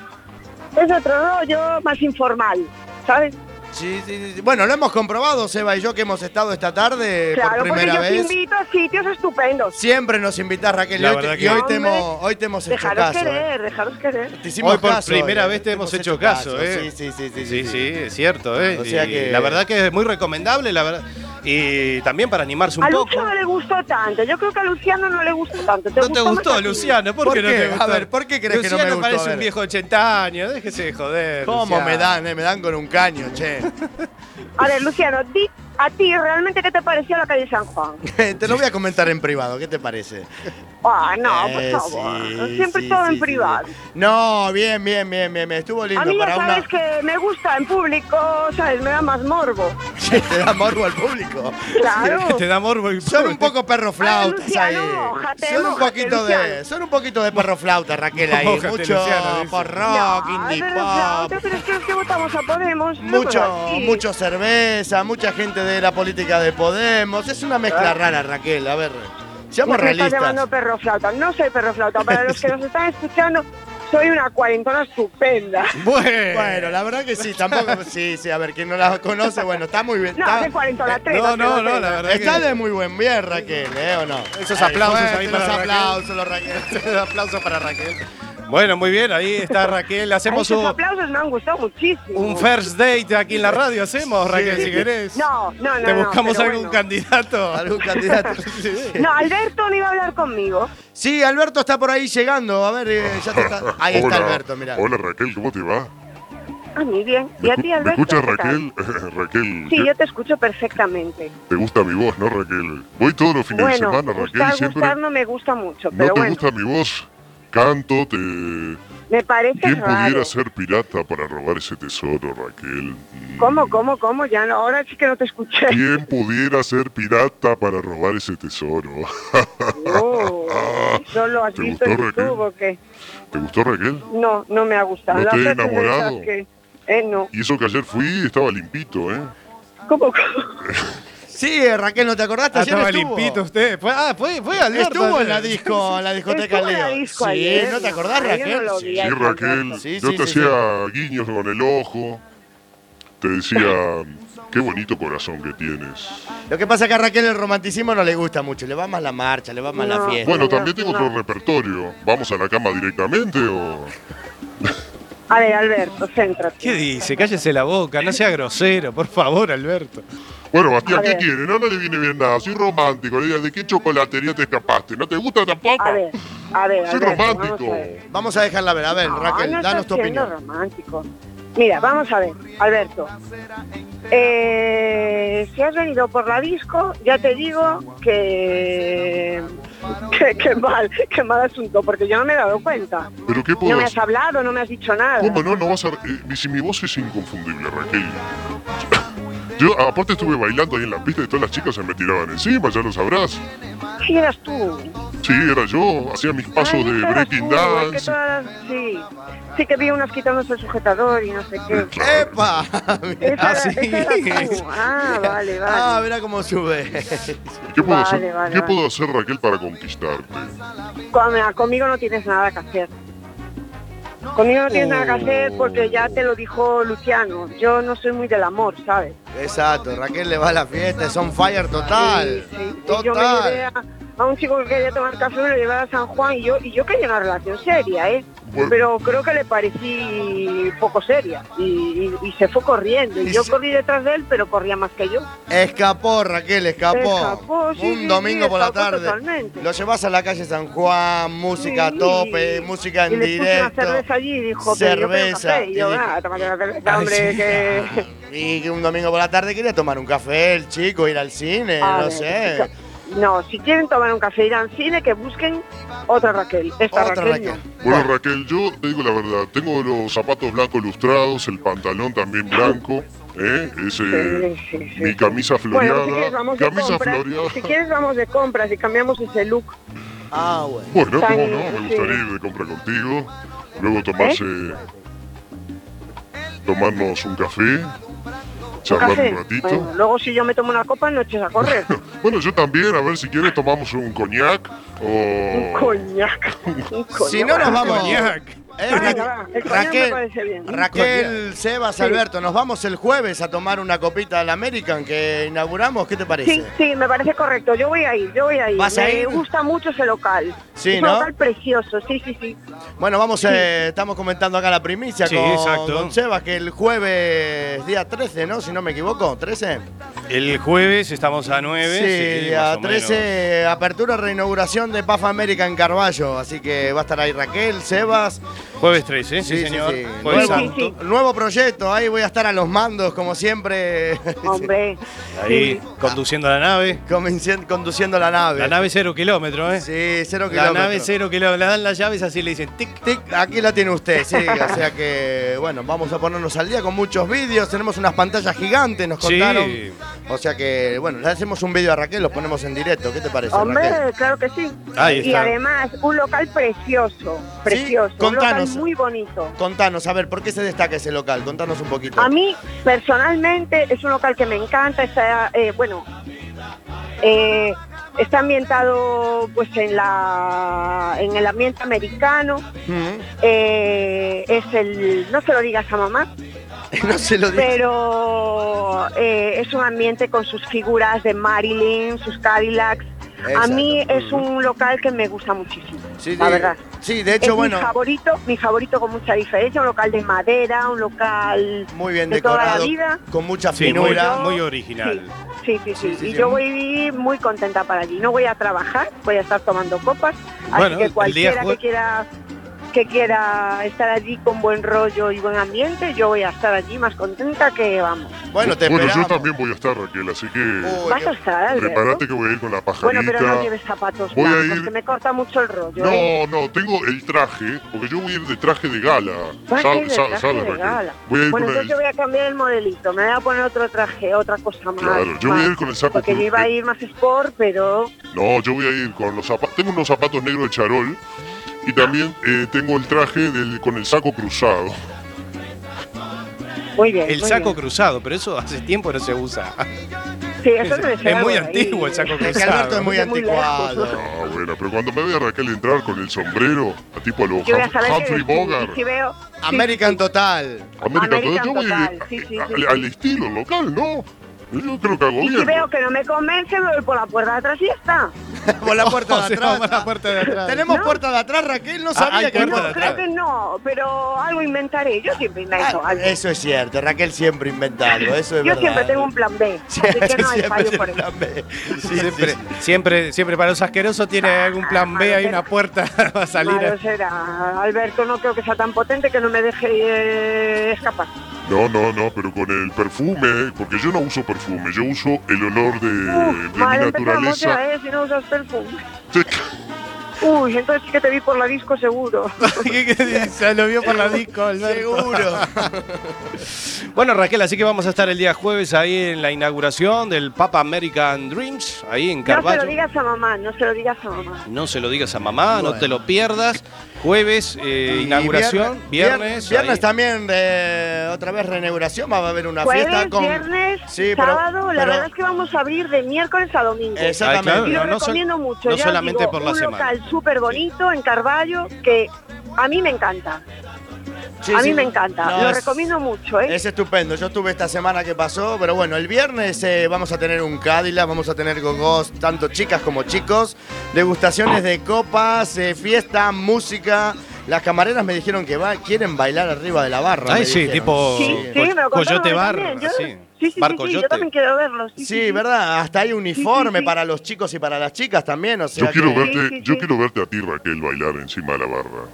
Speaker 11: es otro rollo más informal, ¿sabes?
Speaker 7: Sí, sí, sí. Bueno, lo hemos comprobado, Seba y yo, que hemos estado esta tarde
Speaker 11: claro,
Speaker 7: por
Speaker 11: porque yo
Speaker 7: primera
Speaker 11: te
Speaker 7: vez.
Speaker 11: invito a sitios estupendos.
Speaker 7: Siempre nos invitas, Raquel.
Speaker 4: La
Speaker 7: y hoy,
Speaker 4: verdad
Speaker 7: te,
Speaker 4: que-
Speaker 7: y hoy te
Speaker 11: Hombre,
Speaker 7: hemos, hoy te hemos hecho
Speaker 11: Dejaros
Speaker 7: caso. eh.
Speaker 11: querer, dejaros querer.
Speaker 7: Te hicimos
Speaker 4: Hoy por
Speaker 7: caso,
Speaker 4: primera
Speaker 7: eh.
Speaker 4: vez te hemos hecho caso, ¿eh?
Speaker 7: Sí, sí, sí, sí,
Speaker 4: Sí,
Speaker 7: sí.
Speaker 4: sí, es cierto, ¿eh?
Speaker 7: O sea
Speaker 4: Y
Speaker 7: que-
Speaker 4: La verdad que es muy recomendable, la verdad. Y también para animarse un
Speaker 11: A
Speaker 4: poco.
Speaker 11: Lucho no le gustó tanto, yo creo que a Luciano no le gustó tanto.
Speaker 4: No te
Speaker 11: más a
Speaker 4: gustó,
Speaker 11: ti?
Speaker 4: Luciano, ¿por,
Speaker 7: ¿Por
Speaker 4: qué, no
Speaker 7: qué?
Speaker 4: te
Speaker 7: A
Speaker 4: gustó?
Speaker 7: ver, ¿por qué crees que no me
Speaker 4: Luciano
Speaker 7: gustó? A
Speaker 4: parece
Speaker 7: ver.
Speaker 4: un viejo de 80 años, déjese de joder.
Speaker 7: ¿Cómo me
Speaker 4: Luciano.
Speaker 7: dan, eh? Me dan con un caño,
Speaker 4: (laughs)
Speaker 7: che.
Speaker 11: A ver, Luciano, di a ti realmente qué te pareció la calle San Juan.
Speaker 7: te lo voy a comentar en privado, ¿qué te parece?
Speaker 11: Ah, no,
Speaker 7: Eh,
Speaker 11: por favor.
Speaker 7: sí,
Speaker 11: Siempre
Speaker 7: sí,
Speaker 11: todo
Speaker 7: sí,
Speaker 11: en
Speaker 7: sí.
Speaker 11: privado.
Speaker 7: No, bien, bien, bien, bien, bien. Estuvo lindo
Speaker 11: A mí ya
Speaker 7: para
Speaker 11: sabes
Speaker 7: una. (laughs)
Speaker 11: que me gusta en público, ¿sabes? Me da más morbo.
Speaker 7: te da morbo al
Speaker 11: (laughs)
Speaker 7: público.
Speaker 11: Claro.
Speaker 4: (laughs) Te da morbo y-
Speaker 7: Son un poco perro flautas
Speaker 11: Luciano,
Speaker 7: ahí.
Speaker 11: mójate,
Speaker 7: son un
Speaker 11: mójate,
Speaker 7: poquito de,
Speaker 11: Luciano.
Speaker 7: son un poquito de perro flauta, Raquel ahí.
Speaker 4: Mójate,
Speaker 7: mucho
Speaker 4: Luciano, dice.
Speaker 7: pop
Speaker 11: No,
Speaker 7: rock, indie
Speaker 11: pero,
Speaker 7: pop.
Speaker 11: Claudio, pero es que los que votamos a Podemos. no
Speaker 7: Mucho,
Speaker 11: son así.
Speaker 7: mucho cerveza, mucha gente de la política de Podemos. Es una mezcla rara, Raquel. A ver, seamos
Speaker 11: Me estás
Speaker 7: realistas.
Speaker 11: llamando perro flauta. No soy perro flauta. Para los que nos están escuchando, soy una cuarentona estupenda.
Speaker 4: Bueno.
Speaker 7: Bueno, la verdad que sí, tampoco. Sí, sí, a ver, quien no la conoce, bueno, está muy bien.
Speaker 11: No,
Speaker 7: está-
Speaker 11: soy cuarentona tres.
Speaker 4: No, no, no, la
Speaker 11: tengo.
Speaker 4: verdad
Speaker 7: Está
Speaker 4: que-
Speaker 7: de muy buen bien, Raquel, ¿eh? ¿O no?
Speaker 4: Esos aplausos
Speaker 7: fuerte
Speaker 4: ahí para
Speaker 7: los
Speaker 4: Raquel.
Speaker 7: aplausos, los Raquel.
Speaker 4: aplauso para Raquel. Bueno, muy bien, ahí está Raquel.
Speaker 11: Ay,
Speaker 4: Hacemos
Speaker 11: esos
Speaker 4: un,
Speaker 11: aplausos me han gustado muchísimo.
Speaker 4: un first date aquí en la radio, hacemos, Raquel, si querés.
Speaker 11: No, no, no.
Speaker 4: Te
Speaker 11: no,
Speaker 4: buscamos
Speaker 11: pero
Speaker 4: algún
Speaker 11: bueno.
Speaker 4: candidato.
Speaker 7: ¿Algún candidato?
Speaker 11: No, Alberto no iba a hablar conmigo.
Speaker 7: Sí, Alberto está por ahí llegando. A ver, eh, ya te está.
Speaker 5: (laughs)
Speaker 7: Ahí está Alberto, mira.
Speaker 5: Hola Raquel, ¿cómo te va?
Speaker 11: Ah, muy bien. ¿Y a
Speaker 5: ¿Me escu-
Speaker 11: ti,
Speaker 5: ¿Me
Speaker 11: Alberto?
Speaker 5: escuchas
Speaker 11: qué tal?
Speaker 5: Raquel? (laughs) Raquel,
Speaker 11: Sí,
Speaker 5: ¿qué-
Speaker 11: yo te escucho perfectamente.
Speaker 5: te gusta mi voz, ¿no Raquel? Voy todos los fines de
Speaker 11: Bueno,
Speaker 5: semana, Raquel,
Speaker 11: gustar,
Speaker 5: y siempre...
Speaker 11: gustar no me gusta mucho,
Speaker 5: ¿No
Speaker 11: pero
Speaker 5: te
Speaker 11: bueno,
Speaker 5: gusta mi voz? Canto, te...
Speaker 11: me parece
Speaker 5: ¿Quién
Speaker 11: raro.
Speaker 5: pudiera ser pirata para robar ese tesoro, Raquel? Mm.
Speaker 11: ¿Cómo, cómo, cómo? Ya no, ahora sí que no
Speaker 5: (laughs)
Speaker 11: te escuché. (laughs)
Speaker 5: ¿Quién pudiera ser pirata para robar ese tesoro?
Speaker 11: No, Oh, solo has
Speaker 5: ¿Te
Speaker 11: visto en
Speaker 5: gustó, Raquel?
Speaker 11: YouTube o qué.
Speaker 5: ¿Te gustó, Raquel?
Speaker 11: No, no me ha gustado.
Speaker 5: ¿No
Speaker 11: La
Speaker 5: te he
Speaker 11: otra es de esas
Speaker 5: enamorado?
Speaker 11: que- Eh, no.
Speaker 5: Y eso que ayer fui estaba limpito, ¿eh?
Speaker 11: ¿Cómo, cómo?
Speaker 7: Sí, eh, Raquel, ¿no te acordaste?
Speaker 4: Ah,
Speaker 7: Ayer
Speaker 4: estaba
Speaker 7: estuvo.
Speaker 4: limpito usted. Fue, ah, fue, fue Alberto.
Speaker 7: Estuvo en la, disco, en la discoteca
Speaker 11: Estuvo en la
Speaker 7: Leo.
Speaker 11: disco
Speaker 7: sí,
Speaker 11: ayer,
Speaker 7: ¿no te
Speaker 11: no,
Speaker 7: acordás,
Speaker 11: yo no
Speaker 7: Raquel?
Speaker 11: lo vi.
Speaker 7: Sí.
Speaker 11: Y ahí
Speaker 5: Sí,
Speaker 11: está
Speaker 5: Raquel,
Speaker 11: Alberto.
Speaker 7: Sí,
Speaker 5: yo
Speaker 7: sí,
Speaker 5: te
Speaker 7: sí,
Speaker 5: hacía guiños con el ojo, te decía, qué bonito corazón que tienes.
Speaker 7: Lo que pasa es que a Raquel el romanticismo no le gusta mucho. Le va más la marcha, le va más
Speaker 11: No.
Speaker 7: la fiesta.
Speaker 5: Bueno,
Speaker 11: no,
Speaker 5: también tengo
Speaker 11: no.
Speaker 5: otro repertorio. ¿Vamos a la cama directamente o...?
Speaker 11: A ver, Alberto, céntrate.
Speaker 4: ¿Qué dice? Cállese la boca, no sea grosero, por favor, Alberto.
Speaker 5: Bueno, Bastián,
Speaker 11: A
Speaker 5: ¿qué
Speaker 11: ver.
Speaker 5: quiere? No, no le viene bien nada. Soy romántico. Le digo, ¿De qué chocolatería te escapaste? ¿No te gusta tampoco?
Speaker 11: A ver, a ver,
Speaker 5: Soy
Speaker 11: Alberto,
Speaker 5: romántico.
Speaker 11: vamos a ver.
Speaker 7: Vamos a dejarla ver. A ver,
Speaker 11: No,
Speaker 7: Raquel,
Speaker 11: no
Speaker 7: danos tu
Speaker 11: estás siendo
Speaker 7: opinión.
Speaker 11: romántico. Mira, vamos a ver, Alberto. Eh, si has venido por la disco, ya te digo que que, que mal, que mal asunto, porque yo no me he dado cuenta.
Speaker 5: ¿Pero qué
Speaker 11: No
Speaker 5: puedo
Speaker 11: me has
Speaker 5: hacer?
Speaker 11: hablado, no me has dicho nada.
Speaker 5: ¿Cómo no? No vas a... eh, si mi voz es inconfundible, Raquel. Yo, aparte, estuve bailando ahí en la pista y todas las chicas se me tiraban encima, ya lo sabrás.
Speaker 11: Sí, eras tú.
Speaker 5: Sí, era yo. Hacía mis pasos
Speaker 11: Ay,
Speaker 5: de
Speaker 11: eras
Speaker 5: breaking
Speaker 11: tú, es que
Speaker 5: dance.
Speaker 11: todas- sí. sí que vi unas quitándose el sujetador y no sé qué.
Speaker 7: ¡Epa!
Speaker 11: Esa era- esa era
Speaker 7: (laughs)
Speaker 11: tú. Ah, vale, vale.
Speaker 7: Ah, mira cómo sube.
Speaker 5: ¿Qué puedo,
Speaker 11: Vale,
Speaker 5: hacer,
Speaker 11: vale,
Speaker 5: ¿qué
Speaker 11: vale.
Speaker 5: puedo hacer, Raquel, para conquistarte?
Speaker 11: Con- conmigo no tienes nada que hacer. Conmigo no tienes nada que hacer porque ya te lo dijo Luciano. Yo no soy muy del amor, ¿sabes?
Speaker 7: Exacto, Raquel le va a la fiesta, es on fire total.
Speaker 11: Y yo me llevé
Speaker 7: Total.
Speaker 11: a, a un chico que quería tomar café, me lo llevé a San Juan y yo, y yo quería una relación seria, ¿eh?
Speaker 5: Bueno.
Speaker 11: Pero creo que le parecí poco seria y, y- y se fue corriendo. Y yo corrí detrás de él, pero corría más que yo.
Speaker 7: Escapó, Raquel, escapó.
Speaker 11: Escapó, sí, sí,
Speaker 7: Un
Speaker 11: sí,
Speaker 7: domingo por la
Speaker 11: escapó
Speaker 7: tarde.
Speaker 11: totalmente.
Speaker 7: Lo llevas a la calle San Juan, música a tope,
Speaker 11: Sí.
Speaker 7: música
Speaker 11: y
Speaker 7: en
Speaker 11: le Puse una
Speaker 7: directo.
Speaker 11: cerveza allí y dijo, pero yo quiero
Speaker 7: cerveza.
Speaker 11: café. Y yo,
Speaker 7: Y dijo-
Speaker 11: ah, toma
Speaker 7: Ay,
Speaker 11: cerveza, hombre,
Speaker 7: sí.
Speaker 11: que...
Speaker 7: Y que un domingo por la tarde quería tomar un café, el chico, ir al cine,
Speaker 11: A
Speaker 7: no
Speaker 11: ver,
Speaker 7: sé.
Speaker 11: Ah, No, si quieren tomar un café, ir al cine, que busquen otra Raquel. Esta
Speaker 7: Otra
Speaker 11: Raquel, no.
Speaker 7: Raquel.
Speaker 5: Bueno, Raquel, yo te digo la verdad, tengo los zapatos blancos lustrados, el pantalón también blanco, ¿eh? Ese,
Speaker 11: Sí, sí, sí.
Speaker 5: mi camisa
Speaker 11: Bueno, si quieres
Speaker 5: floreada,
Speaker 11: vamos de
Speaker 5: camisa
Speaker 11: compras.
Speaker 5: floreada. (laughs)
Speaker 11: Si quieres vamos de compras y cambiamos ese look.
Speaker 7: Ah, bueno.
Speaker 5: Bueno,
Speaker 11: Tan-
Speaker 5: cómo no, me gustaría
Speaker 11: sí. ¿Eh?
Speaker 5: ir de compra contigo, luego tomarse, tomarnos un café,
Speaker 11: Un
Speaker 5: charlar
Speaker 11: café.
Speaker 5: un ratito.
Speaker 11: Bueno, luego si yo me tomo una copa, no eches a correr.
Speaker 5: (laughs) Bueno, yo también, a ver si quieres tomamos un coñac
Speaker 11: un
Speaker 5: o...
Speaker 11: coñac. Un coñac.
Speaker 7: Si no nos vamos.
Speaker 4: Coñac.
Speaker 7: Eh,
Speaker 11: Venga,
Speaker 7: Raquel-
Speaker 11: va, el coñac me
Speaker 7: Raquel,
Speaker 11: parece bien.
Speaker 7: Raquel, Sebas,
Speaker 11: Sí.
Speaker 7: Alberto, nos vamos el jueves a tomar una copita al American que inauguramos. ¿Qué te parece?
Speaker 11: Sí, sí, me parece correcto. Yo voy a ir, yo voy a ir.
Speaker 7: ¿Vas
Speaker 11: me
Speaker 7: a ir?
Speaker 11: gusta mucho ese local.
Speaker 7: Sí,
Speaker 11: es un
Speaker 7: ¿no?
Speaker 11: local precioso, sí, sí, sí.
Speaker 4: (clears throat)
Speaker 7: Bueno, vamos, eh, estamos comentando acá la primicia
Speaker 4: Sí,
Speaker 7: con,
Speaker 4: exacto.
Speaker 7: con Sebas, que el jueves, día 13, ¿no? Si no me equivoco, 13.
Speaker 4: El jueves estamos a 9.
Speaker 7: sí,
Speaker 4: más
Speaker 7: día
Speaker 4: o
Speaker 7: 13, apertura, reinauguración de Paz América en Carballo. Así que va a estar ahí Raquel, Sebas.
Speaker 4: menos. Jueves 13, sí, señor.
Speaker 7: sí.
Speaker 4: Jueves
Speaker 7: Nuevo,
Speaker 4: santo.
Speaker 11: Sí,
Speaker 7: nuevo proyecto, ahí voy a estar a los mandos, como siempre. (laughs)
Speaker 11: Hombre.
Speaker 4: Ahí, conduciendo la nave.
Speaker 7: Comencien- conduciendo la nave.
Speaker 4: La nave cero kilómetro, ¿eh?
Speaker 7: Sí, cero
Speaker 4: la nave
Speaker 7: kilómetros.
Speaker 4: cero kilómetro. Le dan las llaves así le dicen tic.
Speaker 7: Tic, Aquí la tiene usted, sí. o sea que, bueno, vamos a ponernos al día con muchos vídeos. Tenemos unas pantallas gigantes, nos
Speaker 4: Sí.
Speaker 7: contaron. O sea que, bueno, le hacemos un vídeo a Raquel, los ponemos en directo. ¿Qué te parece,
Speaker 11: Hombre,
Speaker 7: Raquel?
Speaker 11: claro que sí.
Speaker 4: Ahí
Speaker 11: Y
Speaker 4: está.
Speaker 11: además, un local precioso, precioso. Un
Speaker 7: contanos.
Speaker 11: local muy bonito.
Speaker 7: Contanos, a ver, ¿por qué se destaca ese local? Contanos un poquito.
Speaker 11: A mí, personalmente, es un local que me encanta. Está, eh, bueno, eh, está ambientado pues en, la, en el ambiente americano.
Speaker 7: Mm.
Speaker 11: Eh, es el, no se lo digas a mamá,
Speaker 7: (laughs) No se lo
Speaker 11: (laughs)
Speaker 7: digo.
Speaker 11: pero eh, es un ambiente con sus figuras de Marilyn, sus Cadillacs. A
Speaker 7: Exacto.
Speaker 11: mí es un local que me gusta muchísimo,
Speaker 7: Sí,
Speaker 11: la
Speaker 7: sí.
Speaker 11: verdad.
Speaker 7: Sí, de hecho,
Speaker 11: es
Speaker 7: bueno,
Speaker 11: mi favorito, mi favorito con mucha diferencia, un local de madera, un local
Speaker 7: muy bien
Speaker 11: de toda la
Speaker 7: decorado,
Speaker 11: vida.
Speaker 7: con mucha
Speaker 4: Sí, muy,
Speaker 7: finura.
Speaker 4: muy original.
Speaker 11: Sí, sí, sí. sí.
Speaker 7: sí,
Speaker 11: y
Speaker 7: sí.
Speaker 11: yo voy muy contenta para allí. No voy a trabajar, voy a estar tomando copas. Así
Speaker 4: Bueno, el
Speaker 11: que
Speaker 4: día
Speaker 11: cualquiera
Speaker 4: jue-
Speaker 11: que quiera que quiera estar allí con buen rollo y buen ambiente, yo voy a estar allí más contenta que vamos.
Speaker 7: Bueno, te
Speaker 5: Bueno, yo
Speaker 7: esperamos.
Speaker 5: también voy a estar, Raquel, así que
Speaker 7: Uy,
Speaker 11: Vas a
Speaker 7: qué-
Speaker 11: estar, Alberto.
Speaker 5: prepárate que voy a ir con la pajarita.
Speaker 11: Bueno, pero no lleves zapatos
Speaker 5: Voy a
Speaker 11: blancos,
Speaker 5: ir-
Speaker 11: que me corta mucho el rollo. ¿eh?
Speaker 5: No, no, tengo el traje, porque yo voy a ir de traje de gala.
Speaker 11: Vas a
Speaker 5: Sab-
Speaker 11: ir de
Speaker 5: sab-
Speaker 11: traje
Speaker 5: ¿Sabes,
Speaker 11: de
Speaker 5: Raquel?
Speaker 11: gala.
Speaker 5: Voy a ir
Speaker 11: Bueno,
Speaker 5: con
Speaker 11: entonces yo
Speaker 5: el...
Speaker 11: voy a cambiar el modelito, me voy a poner otro traje, otra cosa más.
Speaker 5: Claro, yo voy a
Speaker 11: más,
Speaker 5: ir con el saco
Speaker 11: Porque yo
Speaker 5: con-
Speaker 11: iba a ir más sport, pero
Speaker 5: No, yo voy a ir con los zapatos... Tengo unos zapatos negros de charol y también eh, tengo el traje del- con el saco cruzado.
Speaker 11: muy bien.
Speaker 4: El
Speaker 11: muy
Speaker 4: saco
Speaker 11: bien.
Speaker 4: cruzado, pero eso hace tiempo no se usa.
Speaker 11: (laughs) Sí, eso debe ser
Speaker 4: es muy
Speaker 11: algo de ahí,
Speaker 4: antiguo el saco
Speaker 7: Es que Alberto
Speaker 4: cruzado.
Speaker 7: es muy
Speaker 11: Muy (laughs)
Speaker 7: anticuado.
Speaker 5: Ah, bueno, pero cuando me vea Raquel entrar con el sombrero, a tipo a los
Speaker 11: Yo voy a
Speaker 5: Humphrey,
Speaker 11: saber que
Speaker 5: Humphrey Bogart,
Speaker 11: y si veo. sí,
Speaker 7: American Total.
Speaker 5: América,
Speaker 11: American
Speaker 5: yo voy a ir
Speaker 11: Total, sí, sí,
Speaker 5: al,
Speaker 11: sí.
Speaker 5: al estilo local, ¿no? Yo creo que hago
Speaker 11: Y
Speaker 5: bien.
Speaker 11: si veo que no me convence, me voy por la puerta de atrás y ya está.
Speaker 4: (laughs)
Speaker 7: Por la puerta de
Speaker 4: Se va
Speaker 7: atrás.
Speaker 4: por la puerta de atrás.
Speaker 7: Tenemos
Speaker 11: No.
Speaker 7: puerta de atrás, Raquel. No
Speaker 4: Ah,
Speaker 7: sabía
Speaker 4: hay
Speaker 7: que
Speaker 4: puerta
Speaker 11: No,
Speaker 4: de atrás.
Speaker 11: creo que no, pero algo inventaré. Yo siempre invento
Speaker 7: Ah,
Speaker 11: algo.
Speaker 7: Eso es cierto, Raquel siempre inventa algo, eso es
Speaker 11: Yo
Speaker 7: verdad.
Speaker 11: siempre
Speaker 7: (laughs)
Speaker 11: tengo un plan B,
Speaker 7: Sí,
Speaker 11: así que no hay
Speaker 7: siempre
Speaker 11: fallo
Speaker 7: tiene
Speaker 11: por
Speaker 7: un
Speaker 11: eso.
Speaker 7: plan B. Sí, sí,
Speaker 4: Siempre,
Speaker 7: sí.
Speaker 4: siempre, siempre para los asquerosos tiene algún plan B, hay una puerta (laughs) para salir.
Speaker 11: Malo
Speaker 4: a-
Speaker 11: será. Alberto no creo que sea tan potente que no me deje eh, escapar.
Speaker 5: No, no, no, pero con el perfume, porque yo no uso perfume, yo uso el olor de, de
Speaker 11: Uf, mal
Speaker 5: mi
Speaker 11: empezamos
Speaker 5: naturaleza.
Speaker 11: ya, ¿eh? Si no usas perfume.
Speaker 5: Sí,
Speaker 11: Uy, entonces sí que te vi por la
Speaker 7: (laughs)
Speaker 11: disco seguro.
Speaker 4: ¿Qué- qué- Se lo vio por la disco, Alberto.
Speaker 7: Seguro.
Speaker 4: Bueno, Raquel, así que vamos a estar el día jueves ahí en la inauguración del Papa American Dreams, ahí en
Speaker 11: No se
Speaker 4: Carvalho.
Speaker 11: lo digas a mamá, no se lo digas a mamá.
Speaker 4: No se lo digas a mamá, no te lo pierdas. Jueves, eh,
Speaker 7: Y
Speaker 4: inauguración,
Speaker 7: vierne-
Speaker 4: viernes.
Speaker 7: vier-
Speaker 4: ahí.
Speaker 7: Viernes también, eh, otra vez reinauguración. Va a haber una
Speaker 11: Jueves,
Speaker 7: fiesta con.
Speaker 11: viernes,
Speaker 7: Sí, pero-
Speaker 11: sábado, la
Speaker 7: pero-
Speaker 11: verdad es que vamos a abrir de miércoles a domingo.
Speaker 7: Exactamente.
Speaker 11: Y lo
Speaker 7: Ah, claro, no sol-
Speaker 11: recomiendo mucho.
Speaker 7: no
Speaker 11: ya os
Speaker 7: solamente
Speaker 11: digo,
Speaker 7: por la
Speaker 11: un
Speaker 7: semana.
Speaker 11: local súper bonito en Carballo que a mí me encanta.
Speaker 7: Sí,
Speaker 11: a mí
Speaker 7: sí.
Speaker 11: me encanta.
Speaker 7: No,
Speaker 11: lo
Speaker 7: es-
Speaker 11: recomiendo mucho, ¿eh?
Speaker 7: Es estupendo. Yo estuve esta semana que pasó, pero bueno, el viernes eh, vamos a tener un Cadillac, vamos a tener gogos, tanto chicas como chicos, degustaciones de copas, eh, fiesta, música. Las camareras me dijeron que va, quieren bailar arriba de la barra.
Speaker 4: Ay,
Speaker 7: me
Speaker 4: sí,
Speaker 7: dijeron.
Speaker 4: tipo
Speaker 11: Sí, sí, me lo contaron
Speaker 4: Coyote Bar.
Speaker 11: también. Yo-
Speaker 4: así.
Speaker 11: Sí, sí,
Speaker 4: bar
Speaker 11: sí, sí, yo
Speaker 4: Coyote.
Speaker 11: también quiero verlo. Sí,
Speaker 7: Sí,
Speaker 11: sí, sí.
Speaker 7: ¿verdad? Hasta hay uniforme
Speaker 11: sí.
Speaker 7: para los chicos y para las chicas también, o sea
Speaker 5: Yo quiero
Speaker 4: (laughs)
Speaker 7: que-
Speaker 5: verte,
Speaker 11: sí,
Speaker 5: yo
Speaker 11: sí.
Speaker 5: quiero verte a ti, Raquel, bailar encima de la barra.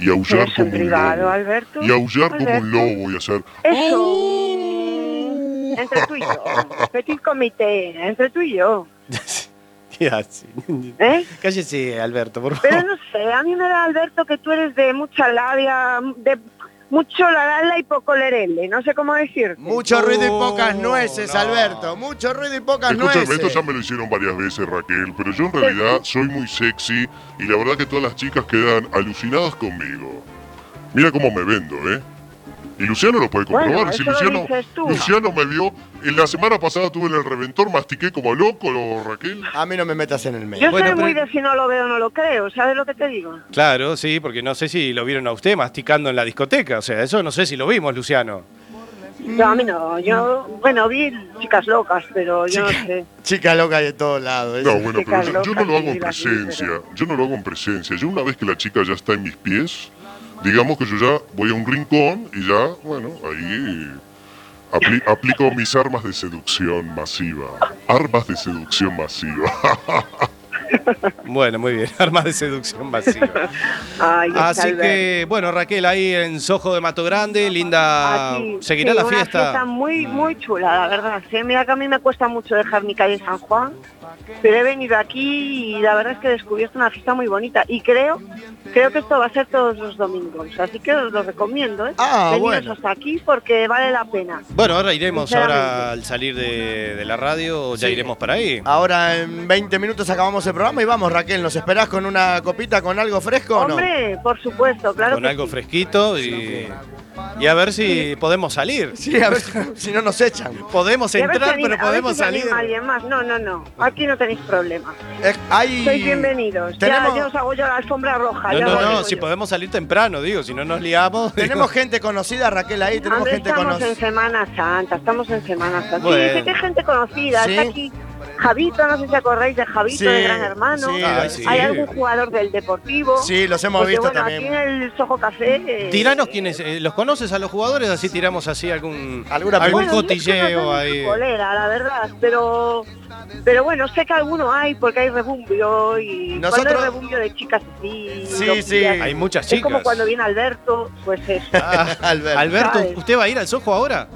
Speaker 5: Y
Speaker 11: Pero
Speaker 5: aullar
Speaker 11: eso en
Speaker 5: como un
Speaker 11: privado,
Speaker 5: lobo.
Speaker 11: Alberto.
Speaker 5: Y aullar como un
Speaker 11: Alberto.
Speaker 5: lobo y hacer.
Speaker 4: Oh.
Speaker 11: Eso. Entre tú y yo. Petit comité. Entre tú y yo.
Speaker 4: ¿Qué hace?
Speaker 11: ¿Eh?
Speaker 4: Cállese, Alberto, por
Speaker 11: Pero
Speaker 4: favor.
Speaker 11: no sé, a mí me da, Alberto, que tú eres de mucha labia, de mucho la la y poco lerele. No sé cómo decirte.
Speaker 7: Mucho ruido y pocas
Speaker 4: Oh,
Speaker 7: nueces,
Speaker 4: no.
Speaker 7: Alberto. Mucho ruido y pocas
Speaker 5: Escúchame, esto
Speaker 7: nueces.
Speaker 5: ya me lo hicieron varias veces, Raquel, pero yo en realidad soy muy sexy y la verdad que todas las chicas quedan alucinadas conmigo. Mira cómo me vendo, ¿eh? Y Luciano lo puede comprobar.
Speaker 11: Bueno,
Speaker 5: si
Speaker 11: eso lo
Speaker 5: Luciano,
Speaker 11: dices tú.
Speaker 5: Luciano me vio, en la semana pasada tuve en el reventor, mastiqué como loco, ¿no, Raquel.
Speaker 7: A mí no me metas en el medio.
Speaker 11: Yo
Speaker 4: Bueno,
Speaker 11: soy
Speaker 4: pero-
Speaker 11: muy de si no lo veo, no lo creo. ¿Sabes lo que te digo?
Speaker 4: Claro, sí, porque no sé si lo vieron a usted masticando en la discoteca. O sea, eso no sé si lo vimos, Luciano.
Speaker 11: No, a mí no. Yo, bueno, vi chicas locas, pero yo no sé.
Speaker 7: Chica loca de todos lados.
Speaker 5: No, bueno,
Speaker 11: Qué
Speaker 5: pero yo,
Speaker 11: calor,
Speaker 5: yo no lo hago
Speaker 11: sí,
Speaker 5: en
Speaker 11: la
Speaker 5: presencia.
Speaker 11: víspera.
Speaker 5: Yo no lo hago en presencia. Yo una vez que la chica ya está en mis pies, digamos que yo ya voy a un rincón y ya, bueno, ahí apli- aplico mis armas de seducción masiva. Armas de seducción masiva. (laughs)
Speaker 4: Bueno, muy bien. (laughs) Armas de seducción
Speaker 11: (laughs)
Speaker 4: masiva.
Speaker 11: Ay,
Speaker 4: Así
Speaker 11: Alberto.
Speaker 4: que, bueno, Raquel, ahí en Sojo de Mato Grande, linda.
Speaker 11: Aquí,
Speaker 4: ah, Seguirá
Speaker 11: sí,
Speaker 4: la
Speaker 11: una
Speaker 4: fiesta.
Speaker 11: muy, muy chula, la verdad. sí. Mira que a mí me cuesta mucho dejar mi calle San Juan, pero he venido aquí y la verdad es que he descubierto una fiesta muy bonita. Y creo, creo que esto va a ser todos los domingos, así que os lo recomiendo. ¿eh?
Speaker 7: Ah,
Speaker 11: Veniros
Speaker 7: bueno.
Speaker 11: hasta aquí porque vale la pena.
Speaker 4: Bueno, ahora iremos, ahora
Speaker 11: Sinceramente.
Speaker 4: al salir de, de la radio, ya iremos para ahí.
Speaker 7: Ahora en 20 minutos acabamos el programa y vamos, Raquel. ¿Nos esperás con una copita, con algo fresco o no?
Speaker 11: Hombre, por supuesto, claro
Speaker 4: con
Speaker 11: que
Speaker 4: algo
Speaker 11: sí.
Speaker 4: fresquito y, y a ver si podemos salir.
Speaker 7: Sí, a ver si- si no nos echan.
Speaker 4: Podemos
Speaker 11: Y a ver si
Speaker 4: entrar,
Speaker 11: anima-
Speaker 4: pero
Speaker 11: a ver
Speaker 4: podemos
Speaker 11: si se
Speaker 4: salir.
Speaker 11: anima Alguien más. No, no, no. Aquí no tenéis problema.
Speaker 7: Eh, hay-
Speaker 11: Sois bienvenidos. Ya-
Speaker 7: Tenemos-
Speaker 11: Ya, os hago yo la alfombra roja.
Speaker 4: No,
Speaker 11: ya
Speaker 4: no,
Speaker 11: os lo
Speaker 4: no,
Speaker 11: digo
Speaker 4: si
Speaker 11: yo.
Speaker 4: podemos salir temprano, digo, si no nos liamos.
Speaker 7: Tenemos
Speaker 4: digo.
Speaker 7: gente conocida, Raquel, ahí. Tenemos
Speaker 11: Hombre,
Speaker 7: gente
Speaker 11: estamos en
Speaker 7: conocida.
Speaker 11: Semana Santa, estamos en Semana Santa.
Speaker 4: Bueno.
Speaker 11: Sí, sí que hay gente conocida,
Speaker 7: Sí.
Speaker 11: está aquí Javito, no sé si acordáis de Javito,
Speaker 7: Sí,
Speaker 11: de Gran Hermano.
Speaker 7: sí,
Speaker 4: Ay, sí.
Speaker 11: Hay algún jugador del Deportivo.
Speaker 7: Sí, los hemos
Speaker 11: Porque,
Speaker 7: visto
Speaker 11: bueno,
Speaker 7: también.
Speaker 11: Aquí en el Sojo Café. eh,
Speaker 4: (laughs) Tiranos quienes eh, los conoces a los jugadores, así tiramos así algún
Speaker 7: Alguna
Speaker 4: algún
Speaker 7: pregunta.
Speaker 11: bueno, yo es que no
Speaker 4: cotilleo
Speaker 11: soy
Speaker 4: ahí.
Speaker 11: futbolera, la verdad, pero. Pero bueno, sé que alguno hay porque hay rebumbio y cuando
Speaker 7: Nosotros-
Speaker 11: hay rebumbio de chicas así.
Speaker 7: Sí,
Speaker 11: lo pillas.
Speaker 7: sí.
Speaker 4: Hay muchas
Speaker 11: Es como
Speaker 4: chicas.
Speaker 11: cuando viene Alberto, pues eso.
Speaker 4: Ah,
Speaker 7: Alberto.
Speaker 4: Alberto,
Speaker 11: ¿Sabes?
Speaker 4: ¿usted va a ir al Sojo ahora?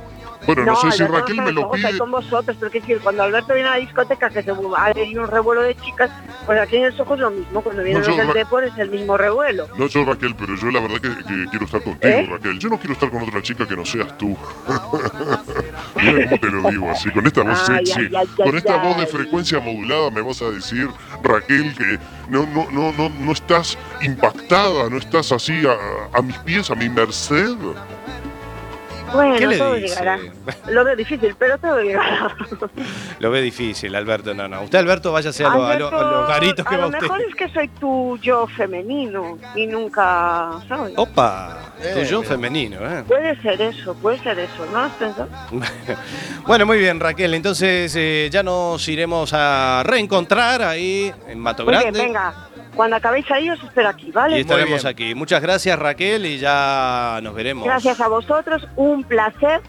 Speaker 5: Bueno, no, sé si
Speaker 11: Alberto,
Speaker 5: Raquel
Speaker 11: no
Speaker 5: me
Speaker 11: sabe
Speaker 5: lo
Speaker 11: cómo está
Speaker 5: pide.
Speaker 11: con vosotros, porque es decir, cuando Alberto viene a la discoteca que se hay un revuelo de chicas, pues aquí en el Sojo es lo mismo, cuando vienen
Speaker 5: No, yo
Speaker 11: los del
Speaker 5: no-
Speaker 11: Depor es el mismo revuelo.
Speaker 5: No, yo Raquel, pero yo la verdad que, que quiero estar contigo,
Speaker 11: ¿Eh?
Speaker 5: Raquel. Yo no quiero estar con otra chica que no seas tú. (laughs) Mira cómo te lo digo así, con esta voz
Speaker 11: Ay,
Speaker 5: sexy,
Speaker 11: ay, ay, ay,
Speaker 5: con esta voz de
Speaker 11: ay.
Speaker 5: frecuencia modulada me vas a decir, Raquel, que no, no, no, no, no estás impactada, no estás así a, a mis pies, a mi merced.
Speaker 11: Bueno,
Speaker 4: ¿Qué le
Speaker 11: todo
Speaker 4: dice?
Speaker 11: llegará. Lo veo difícil, pero todo llegará.
Speaker 4: Lo ve difícil, Alberto, no, no. Usted, Alberto, váyase a, lo- a lo- a los garitos que
Speaker 11: a
Speaker 4: va
Speaker 11: lo
Speaker 4: usted.
Speaker 11: mejor es que soy tu yo femenino y nunca, ¿sabes?
Speaker 4: Oh. Opa,
Speaker 7: Eh,
Speaker 4: tuyo
Speaker 7: mira.
Speaker 4: femenino, ¿eh?
Speaker 11: Puede ser eso, puede ser eso, ¿no has pensado?
Speaker 4: Bueno, muy bien, Raquel. Entonces eh, ya nos iremos a reencontrar ahí en Mato
Speaker 11: Muy
Speaker 4: Grande.
Speaker 11: bien, venga. Cuando acabéis ahí os espero aquí,
Speaker 4: Y
Speaker 11: ¿vale?
Speaker 4: estaremos
Speaker 7: bien.
Speaker 4: aquí. Muchas gracias, Raquel, y ya nos veremos.
Speaker 11: Gracias a vosotros, un placer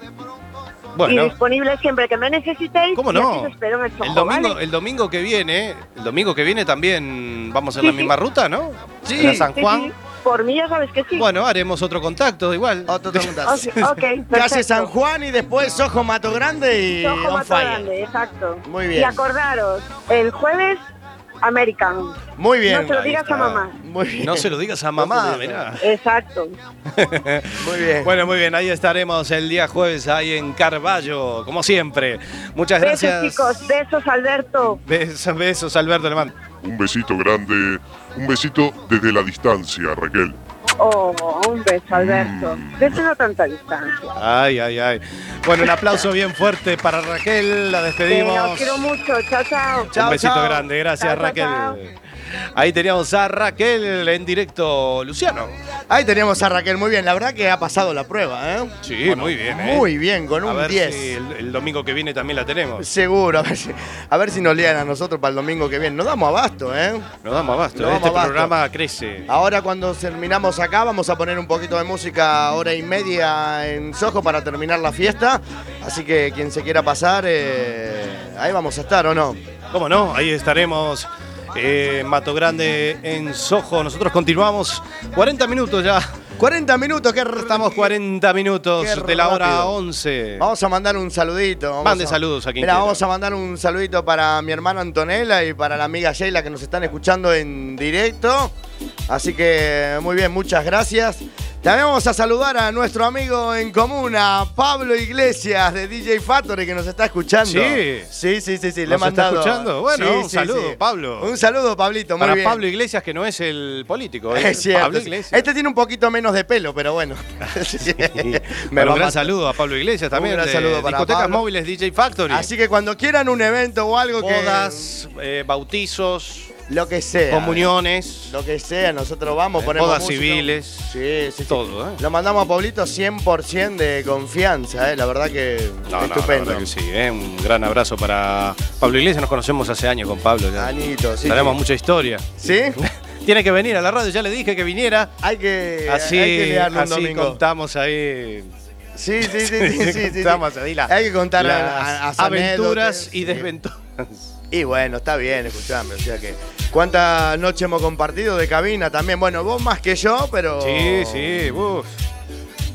Speaker 11: y
Speaker 4: Bueno,
Speaker 11: disponible siempre que me necesitéis.
Speaker 4: ¿cómo
Speaker 11: y
Speaker 4: no?
Speaker 11: aquí os espero en el, Soho,
Speaker 4: domingo,
Speaker 11: ¿vale?
Speaker 4: el domingo que viene, el domingo que viene también vamos en
Speaker 11: Sí,
Speaker 4: la
Speaker 11: sí.
Speaker 4: misma ruta, ¿no?
Speaker 7: Sí,
Speaker 4: Para San
Speaker 11: Sí,
Speaker 4: Juan.
Speaker 11: sí, Por mí ya sabes que sí.
Speaker 4: Bueno, haremos otro contacto igual.
Speaker 7: Otro (laughs) pregunta.
Speaker 11: Ok, ok,
Speaker 7: ¿Qué hace
Speaker 11: Oh, perfecto.
Speaker 7: San Juan y después Ojo Mato Grande y
Speaker 11: Soho
Speaker 7: on
Speaker 11: Mato
Speaker 7: fire.
Speaker 11: Grande, exacto.
Speaker 7: Muy bien.
Speaker 11: Y acordaros, el jueves, American.
Speaker 7: Muy bien.
Speaker 11: no se lo
Speaker 4: ahí
Speaker 11: digas
Speaker 4: está.
Speaker 11: a mamá.
Speaker 7: Muy bien.
Speaker 4: No se lo digas a mamá,
Speaker 7: No se lo
Speaker 4: mirá.
Speaker 7: digas.
Speaker 11: Exacto.
Speaker 7: Muy bien.
Speaker 4: Bueno, muy bien, ahí estaremos el día jueves ahí en Carballo, como siempre. Muchas gracias.
Speaker 11: Besos, chicos. Besos, Alberto.
Speaker 4: Besos, besos, Alberto Alemán.
Speaker 5: Un besito grande, un besito desde la distancia, Raquel.
Speaker 11: Oh, un beso, Alberto. Desde no tanta distancia.
Speaker 4: Ay, ay, ay. Bueno, un aplauso bien fuerte para Raquel. La
Speaker 11: Eh,
Speaker 4: despedimos.
Speaker 11: os quiero mucho. Chao, chao.
Speaker 4: un besito grande. Gracias,
Speaker 11: Chao, chao,
Speaker 4: Raquel.
Speaker 11: chao.
Speaker 4: Ahí teníamos a Raquel en directo, Luciano.
Speaker 7: Ahí teníamos a Raquel, muy bien. La verdad que ha pasado la prueba, ¿eh?
Speaker 4: Sí, muy bien. ¿eh?
Speaker 7: Muy bien, con
Speaker 4: a
Speaker 7: un
Speaker 4: ver
Speaker 7: 10.
Speaker 4: si el, el domingo que viene también la tenemos.
Speaker 7: Seguro, a ver, si, a ver si nos lian a nosotros para el domingo que viene. Nos damos abasto, ¿eh?
Speaker 4: Nos damos abasto.
Speaker 7: Nos damos
Speaker 4: este
Speaker 7: abasto.
Speaker 4: programa crece.
Speaker 7: Ahora cuando terminamos acá vamos a poner un poquito de música hora y media en Soho para terminar la fiesta. Así que quien se quiera pasar, eh, ahí vamos a estar, ¿o no?
Speaker 4: ¿Cómo no? Ahí estaremos. eh, en Mato Grande en Sojo. Nosotros continuamos 40 minutos ya.
Speaker 7: 40 minutos, que
Speaker 4: Estamos 40 minutos
Speaker 7: Qué
Speaker 4: de la hora
Speaker 7: rápido.
Speaker 4: 11.
Speaker 7: Vamos a mandar un saludito. vamos
Speaker 4: Mande saludos a quien
Speaker 7: Mira,
Speaker 4: quiera.
Speaker 7: vamos a mandar un saludito para mi hermana Antonella y para la amiga Sheila que nos están escuchando en directo. Así que muy bien, muchas gracias. También vamos a saludar a nuestro amigo en común, a Pablo Iglesias de DJ Factory que nos está escuchando.
Speaker 4: Sí.
Speaker 7: sí, sí, sí, sí, le he
Speaker 4: ¿Nos está
Speaker 7: mandado.
Speaker 4: escuchando? Bueno, un saludo,
Speaker 7: sí.
Speaker 4: Pablo.
Speaker 7: Un saludo, Pablito, muy
Speaker 4: Para
Speaker 7: bien.
Speaker 4: Pablo Iglesias, que no es el político. ¿eh?
Speaker 7: Es cierto.
Speaker 4: Pablo
Speaker 7: sí.
Speaker 4: Iglesias.
Speaker 7: Este tiene un poquito menos de pelo, pero bueno. (laughs)
Speaker 4: Me
Speaker 7: va a
Speaker 4: un gran
Speaker 7: matar.
Speaker 4: saludo a Pablo Iglesias también.
Speaker 7: gran
Speaker 4: de
Speaker 7: saludo para
Speaker 4: Discotecas
Speaker 7: Pablo.
Speaker 4: móviles DJ Factory.
Speaker 7: Así que cuando quieran un evento o algo que.
Speaker 4: bodas, eh, bautizos,
Speaker 7: Lo que sea.
Speaker 4: comuniones.
Speaker 7: Lo que sea, nosotros vamos,
Speaker 4: Eh,
Speaker 7: ponemos
Speaker 4: bodas
Speaker 7: música.
Speaker 4: civiles.
Speaker 7: Sí, sí, sí.
Speaker 4: Todo, ¿eh?
Speaker 7: Lo mandamos a Pablito 100% de confianza, ¿eh? La verdad que
Speaker 4: No, no, la
Speaker 7: estupendo.
Speaker 4: verdad que sí, ¿eh? un gran abrazo para Pablo Iglesias. Nos conocemos hace años con Pablo. ya.
Speaker 7: Anito, sí.
Speaker 4: Tenemos mucha historia.
Speaker 7: ¿Sí?
Speaker 4: (laughs) Tiene que venir a la radio, ya le dije que viniera.
Speaker 7: Eh, Hay que,
Speaker 4: Así,
Speaker 7: hay que liarlo un
Speaker 4: así
Speaker 7: domingo.
Speaker 4: contamos ahí.
Speaker 7: Sí, sí, sí, sí,
Speaker 4: (laughs)
Speaker 7: sí, sí, sí.
Speaker 4: contamos ahí las-
Speaker 7: Hay que contar a- a-
Speaker 4: las
Speaker 7: a-
Speaker 4: aventuras
Speaker 7: anécdotas,
Speaker 4: y
Speaker 7: sí.
Speaker 4: desventuras.
Speaker 7: Y bueno, está bien, escuchame, o sea que. ¿Cuántas noches hemos compartido de cabina también? Bueno, vos más que yo, pero.
Speaker 4: Sí, sí, uf.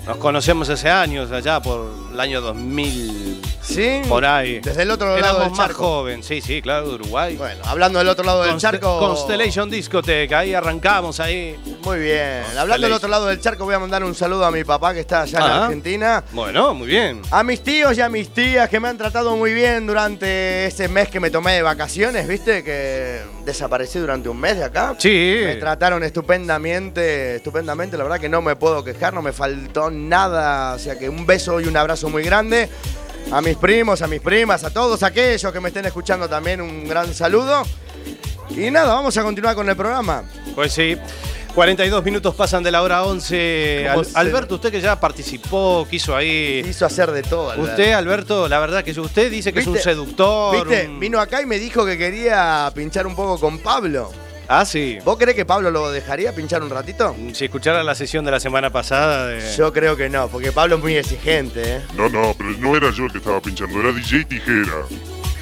Speaker 4: Nos conocemos hace años, allá por el año 2000.
Speaker 7: Sí.
Speaker 4: Por ahí.
Speaker 7: Desde el otro
Speaker 4: Éramos
Speaker 7: lado del
Speaker 4: más
Speaker 7: charco.
Speaker 4: joven, sí, sí, claro, de Uruguay.
Speaker 7: Bueno, hablando del otro lado del
Speaker 4: Const-
Speaker 7: charco.
Speaker 4: Constellation Discoteca, ahí arrancamos, ahí.
Speaker 7: Muy bien. Hablando del otro lado del charco, voy a mandar un saludo a mi papá que está allá en
Speaker 4: Ah.
Speaker 7: Argentina.
Speaker 4: Bueno, muy bien.
Speaker 7: A mis tíos y a mis tías que me han tratado muy bien durante ese mes que me tomé de vacaciones, ¿viste? Que desaparecí durante un mes de acá.
Speaker 4: Sí.
Speaker 7: Me trataron estupendamente, estupendamente. La verdad que no me puedo quejar, no me faltó nada. O sea que un beso y un abrazo muy grande. A mis primos, a mis primas, a todos aquellos que me estén escuchando también, un gran saludo. Y nada, vamos a continuar con el programa.
Speaker 4: Pues sí. 42 minutos pasan de la hora 11.
Speaker 7: ¿Cómo
Speaker 4: Al-
Speaker 7: se-
Speaker 4: Alberto, usted que ya participó, quiso ahí.
Speaker 7: Quiso hacer de todo. Alberto.
Speaker 4: Usted, Alberto, la verdad que usted dice que es un
Speaker 7: ¿Viste?
Speaker 4: seductor.
Speaker 7: ¿Viste?
Speaker 4: un-
Speaker 7: Vino acá y me dijo que quería pinchar un poco con Pablo.
Speaker 4: Ah, sí.
Speaker 7: ¿Vos crees que Pablo lo dejaría pinchar un ratito?
Speaker 4: Si escuchara la sesión de la semana pasada. de-
Speaker 7: Yo creo que no, porque Pablo es muy exigente, ¿eh?
Speaker 5: No, no, pero no era yo el que estaba pinchando, era DJ Tijera.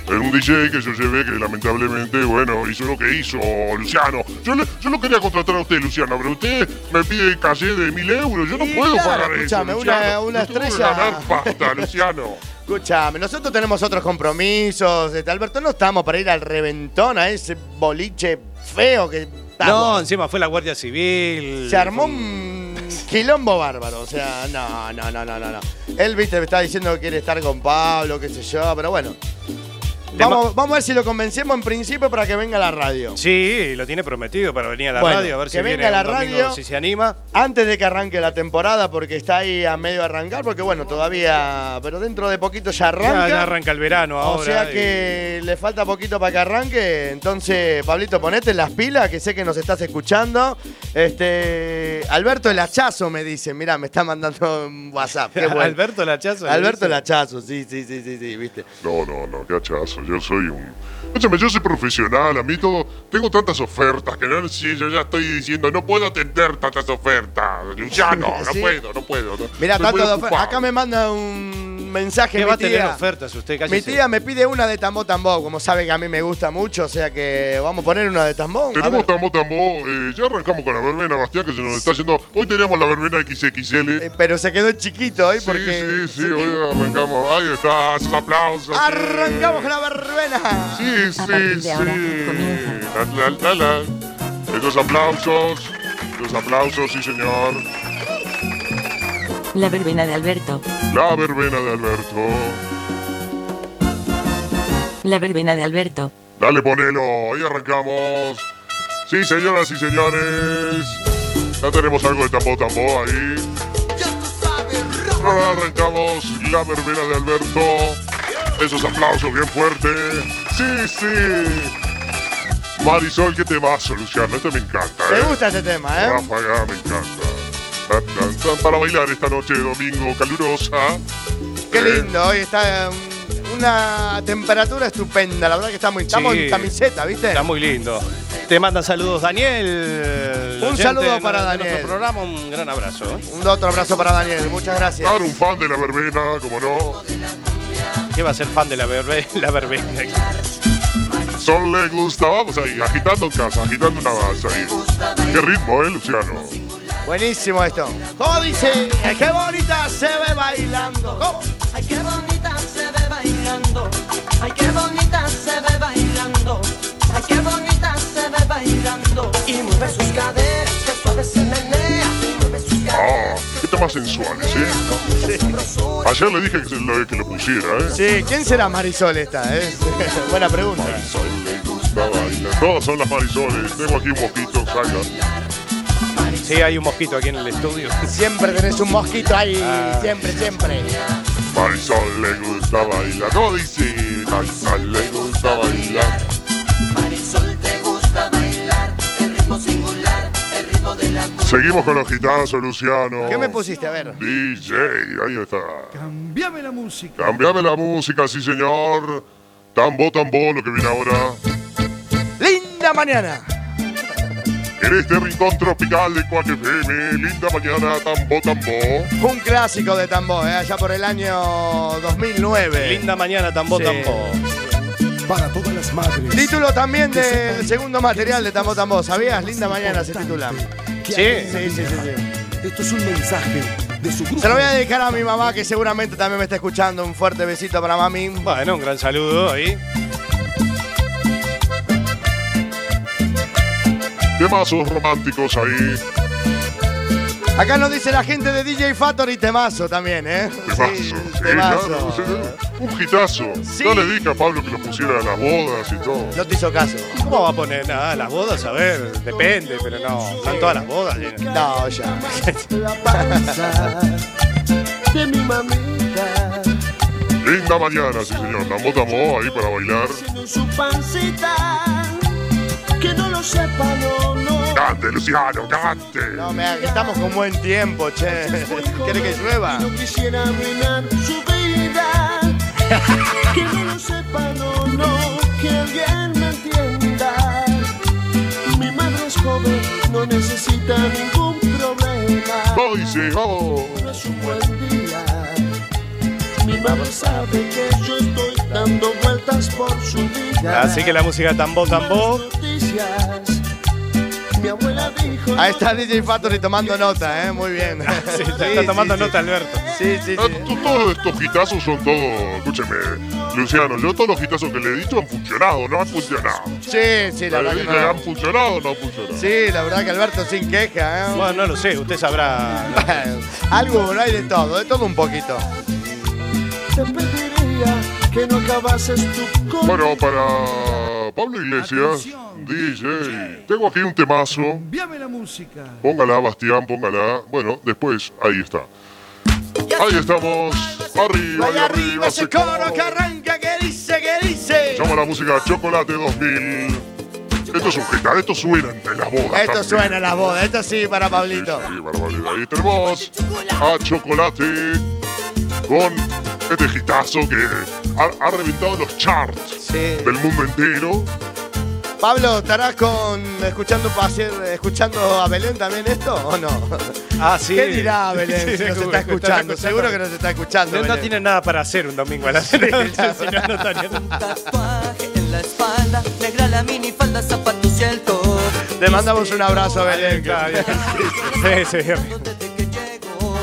Speaker 5: Era un DJ que yo llevé que lamentablemente, bueno, hizo lo que hizo, Luciano. Yo, le- yo lo quería contratar a usted, Luciano, pero usted me pide calle de mil euros. Yo no
Speaker 7: Y
Speaker 5: puedo
Speaker 7: claro,
Speaker 5: pagar eso,
Speaker 7: escúchame,
Speaker 5: Luciano.
Speaker 7: una- una
Speaker 5: Yo tengo que
Speaker 7: estrella-
Speaker 5: ganar pasta, Luciano.
Speaker 7: Escúchame, nosotros tenemos otros compromisos. este, Alberto, no estamos para ir al reventón, a ese boliche feo que
Speaker 4: No,
Speaker 7: estamos.
Speaker 4: encima fue la Guardia Civil.
Speaker 7: Se armó
Speaker 4: Fue un-
Speaker 7: un quilombo bárbaro. O sea, no, no, no, no, no. no. Él, viste, me está diciendo que quiere estar con Pablo, qué sé yo, pero bueno.
Speaker 4: De
Speaker 7: Vamos, vamos a ver si lo convencemos en principio para que venga a la radio.
Speaker 4: Sí, lo tiene prometido para venir a la
Speaker 7: Bueno,
Speaker 4: radio, a ver si
Speaker 7: que
Speaker 4: viene
Speaker 7: venga a la
Speaker 4: un domingo,
Speaker 7: radio.
Speaker 4: si se anima.
Speaker 7: Antes de que arranque la temporada, porque está ahí a medio arrancar, porque bueno, todavía. Pero dentro de poquito ya arranca.
Speaker 4: Ya, ya arranca el verano ahora.
Speaker 7: O sea
Speaker 4: y- (laughs)
Speaker 7: que le falta poquito para que arranque. Entonces, Pablito, ponete las pilas, que sé que nos estás escuchando. Este, Alberto el hachazo me dice, mirá, me está mandando un
Speaker 4: (laughs)
Speaker 7: WhatsApp. Qué bueno.
Speaker 4: Alberto Lachazo. le
Speaker 7: Alberto el
Speaker 4: dice.
Speaker 7: hachazo, sí, sí, sí, sí, sí, viste.
Speaker 5: No, no, no, qué hachazo. Yo soy un. Escúchame, yo soy profesional, a mí todo. Tengo tantas ofertas que no si yo ya estoy diciendo, no puedo atender tantas ofertas, Luciano, no
Speaker 7: Sí.
Speaker 5: puedo, no puedo. no-
Speaker 7: Mirá,
Speaker 5: estoy muy
Speaker 7: tanto de ofer-
Speaker 5: ocupado.
Speaker 7: Acá me manda un mensaje
Speaker 4: ¿Qué
Speaker 7: mi
Speaker 4: va a tener
Speaker 7: tía.
Speaker 4: ofertas usted?
Speaker 7: Mi
Speaker 4: Cállese.
Speaker 7: tía me pide una de Tambo Tambo, como sabe que a mí me gusta mucho, o sea que vamos a poner una de Tambo. A
Speaker 5: Tenemos
Speaker 7: ver.
Speaker 5: tambo, tambo. eh, ya arrancamos con la verbena, Bastián, que se nos está yendo. Hoy tenemos la verbena XXL.
Speaker 7: Eh, Pero se quedó chiquito hoy
Speaker 5: sí,
Speaker 7: porque
Speaker 5: sí, sí, hoy arrancamos. Ahí está, esos aplausos. sí.
Speaker 7: arrancamos con la verbena.
Speaker 5: Sí,
Speaker 6: A partir
Speaker 5: sí,
Speaker 6: de ahora,
Speaker 5: sí. La, la, la, la. Esos aplausos. Los aplausos, sí, señor.
Speaker 6: La verbena de Alberto.
Speaker 5: La verbena de Alberto.
Speaker 6: La verbena de Alberto.
Speaker 5: Dale, ponelo, ahí arrancamos. Sí, señoras y señores. Ya tenemos algo de tambo tambo ahí. Ahora arrancamos la verbena de Alberto. Esos aplausos bien fuertes. Sí, sí. Marisol, ¿qué te va a solucionar? Este me encanta,
Speaker 7: Me
Speaker 5: ¿eh?
Speaker 7: gusta ese tema, ¿eh?
Speaker 5: Ráfaga, me encanta. Tan, tan, tan, Para bailar esta noche de domingo calurosa.
Speaker 7: Qué lindo, hoy está um, una temperatura estupenda, la verdad que está muy, estamos
Speaker 4: Sí.
Speaker 7: en camiseta, ¿viste?
Speaker 4: Está muy lindo. Te mandan saludos, Daniel.
Speaker 7: Un
Speaker 4: oyente
Speaker 7: saludo para
Speaker 4: de
Speaker 7: Daniel.
Speaker 4: nuestro programa, un gran abrazo.
Speaker 7: Un otro abrazo para Daniel, muchas gracias.
Speaker 5: Claro, un fan de la verbena, como no.
Speaker 4: ¿Qué va a ser fan de la, verbe- la verbena? (laughs)
Speaker 5: Sol le gusta. Vamos ahí, agitando en casa, agitando una base ahí. Qué ritmo, ¿eh, Luciano?
Speaker 7: Buenísimo esto. ¿Cómo dice? Ay, ¡Qué bonita se ve bailando! ¿Cómo?
Speaker 10: Ay, qué bonita se ve bailando. Ay, qué bonita se ve bailando. Ay, qué bonita se ve bailando. Y mueve sus caderas, que suave se menea. Y mueve sus
Speaker 5: Ah, qué temas sensuales, ¿eh? Ayer le dije que lo, que lo pusiera, ¿eh?
Speaker 7: Sí, ¿quién será Marisol esta? eh? (laughs) Buena pregunta.
Speaker 5: La baila. Todas son las marisoles. Tengo aquí un mosquito, saca.
Speaker 4: Sí, hay un mosquito aquí en el estudio.
Speaker 7: Siempre tenés un mosquito ahí,
Speaker 4: Ah.
Speaker 7: siempre, siempre.
Speaker 5: Marisol le gusta bailar. ¿Cómo dice? Marisol le gusta bailar.
Speaker 10: Marisol te gusta bailar. El ritmo singular, el ritmo de la
Speaker 5: Seguimos con los gitazos, Luciano.
Speaker 7: ¿Qué me pusiste? A ver.
Speaker 5: DJ, ahí está.
Speaker 7: Cambiame la música.
Speaker 5: Cambiame la música, sí señor. Tambo, tambo, lo que viene ahora.
Speaker 7: Linda mañana.
Speaker 5: En este rincón tropical de Cuac FM, linda mañana, tambo, tambo.
Speaker 7: Un clásico de Tambó, ¿eh? allá por el año 2009.
Speaker 4: Linda mañana, Tambo
Speaker 7: Sí.
Speaker 4: Tambo.
Speaker 7: Para todas las madres. Título también del segundo material de Tambo Tambo, ¿sabías? Linda mañana se titula.
Speaker 4: Sí.
Speaker 7: Sí, sí, sí, sí. Esto es un mensaje de su grupo. Se lo voy a dedicar a mi mamá que seguramente también me está escuchando. Un fuerte besito para mami.
Speaker 4: Bueno, un gran saludo ahí.
Speaker 5: Temazos románticos ahí.
Speaker 7: Acá nos dice la gente de DJ Factory temazo también, ¿eh?
Speaker 5: Temazo.
Speaker 7: Sí,
Speaker 5: sí,
Speaker 7: temazo.
Speaker 5: claro, sí, sí. Un gitazo. No le dije a Pablo que lo pusiera a las bodas y todo.
Speaker 7: No te hizo caso.
Speaker 4: ¿Cómo va a poner nada? Las bodas, a ver, depende, pero no. Están todas las bodas. eh. llenas.
Speaker 7: No, ya.
Speaker 10: De mi mamita,
Speaker 5: Linda mañana, sí señor. Tambo, tambo, ahí para bailar.
Speaker 10: en su pancita. Que no lo sepa, no, no.
Speaker 5: Cante, Luciano, cante.
Speaker 7: No, me hagas- estamos con buen tiempo, che. ¿Quiere que llueva?
Speaker 10: No quisiera arruinar su vida. (laughs) que no lo sepa, no, no. Que alguien me entienda. Mi madre es joven, no necesita ningún problema.
Speaker 5: ¿Cómo dice? Vamos.
Speaker 10: No es un buen día. Mi mamá sabe que yo estoy dando vueltas por su vida.
Speaker 4: Así que la música Tambo Tambo.
Speaker 10: Noticias. Mi abuela dijo.
Speaker 7: Ahí está DJ Factory tomando nota, ¿eh? Muy bien.
Speaker 4: Sí, está, está tomando
Speaker 7: (laughs) (laughs) sí,
Speaker 4: nota Alberto.
Speaker 7: Sí, sí,
Speaker 5: Ah,
Speaker 7: sí.
Speaker 5: to- Todos estos gitazos son todos. Escúcheme, Luciano, yo todos los gitazos que le he dicho han funcionado, no han funcionado.
Speaker 7: Sí, sí, la verdad
Speaker 5: Le dije,
Speaker 7: que no.
Speaker 5: ¿Han funcionado o no han funcionado?
Speaker 7: Sí, la verdad que Alberto sin queja, ¿eh?
Speaker 4: Bueno, no lo sé, usted sabrá.
Speaker 7: (laughs) Algo, no hay de todo, de todo un poquito.
Speaker 10: Te pediría que no acabases tu con.
Speaker 5: Bueno, para Pablo Iglesias, DJ, tengo aquí un temazo.
Speaker 12: Envíame la música.
Speaker 5: Póngala, Bastián, póngala. Bueno, después, ahí está. Ahí estamos. Arriba y
Speaker 7: Vaya arriba
Speaker 5: arriba
Speaker 7: ese
Speaker 5: se
Speaker 7: coro que arranca, que dice, que dice.
Speaker 5: Llama la música Chocolate 2000. Esto es un gitazo, esto suena entre las bodas.
Speaker 7: Esto
Speaker 5: también.
Speaker 7: suena la voz, esto sí para Pablito.
Speaker 5: Sí, barbaridad. Ahí tenemos a Chocolate con este gitazo que ha, ha reventado los charts
Speaker 7: Sí.
Speaker 5: del mundo entero.
Speaker 7: Pablo, ¿estarás con escuchando pa' hacer- escuchando a Belén también esto o no?
Speaker 4: Ah, sí.
Speaker 7: ¿Qué dirá
Speaker 4: (laughs)
Speaker 7: Belén
Speaker 4: Sí,
Speaker 7: si nos
Speaker 4: seguro,
Speaker 7: está escuchando?
Speaker 4: escuchando.
Speaker 7: Seguro que nos está escuchando.
Speaker 4: No, no
Speaker 7: Belén.
Speaker 4: tiene nada para hacer un domingo a la tarde, (laughs) si no, no estaría-
Speaker 10: Tatuaje en la espalda, negra la minifalda, zapatos y el top.
Speaker 7: Le mandamos un abrazo a Belén. (laughs)
Speaker 4: Sí, sí, sí.
Speaker 10: Desde que llegó,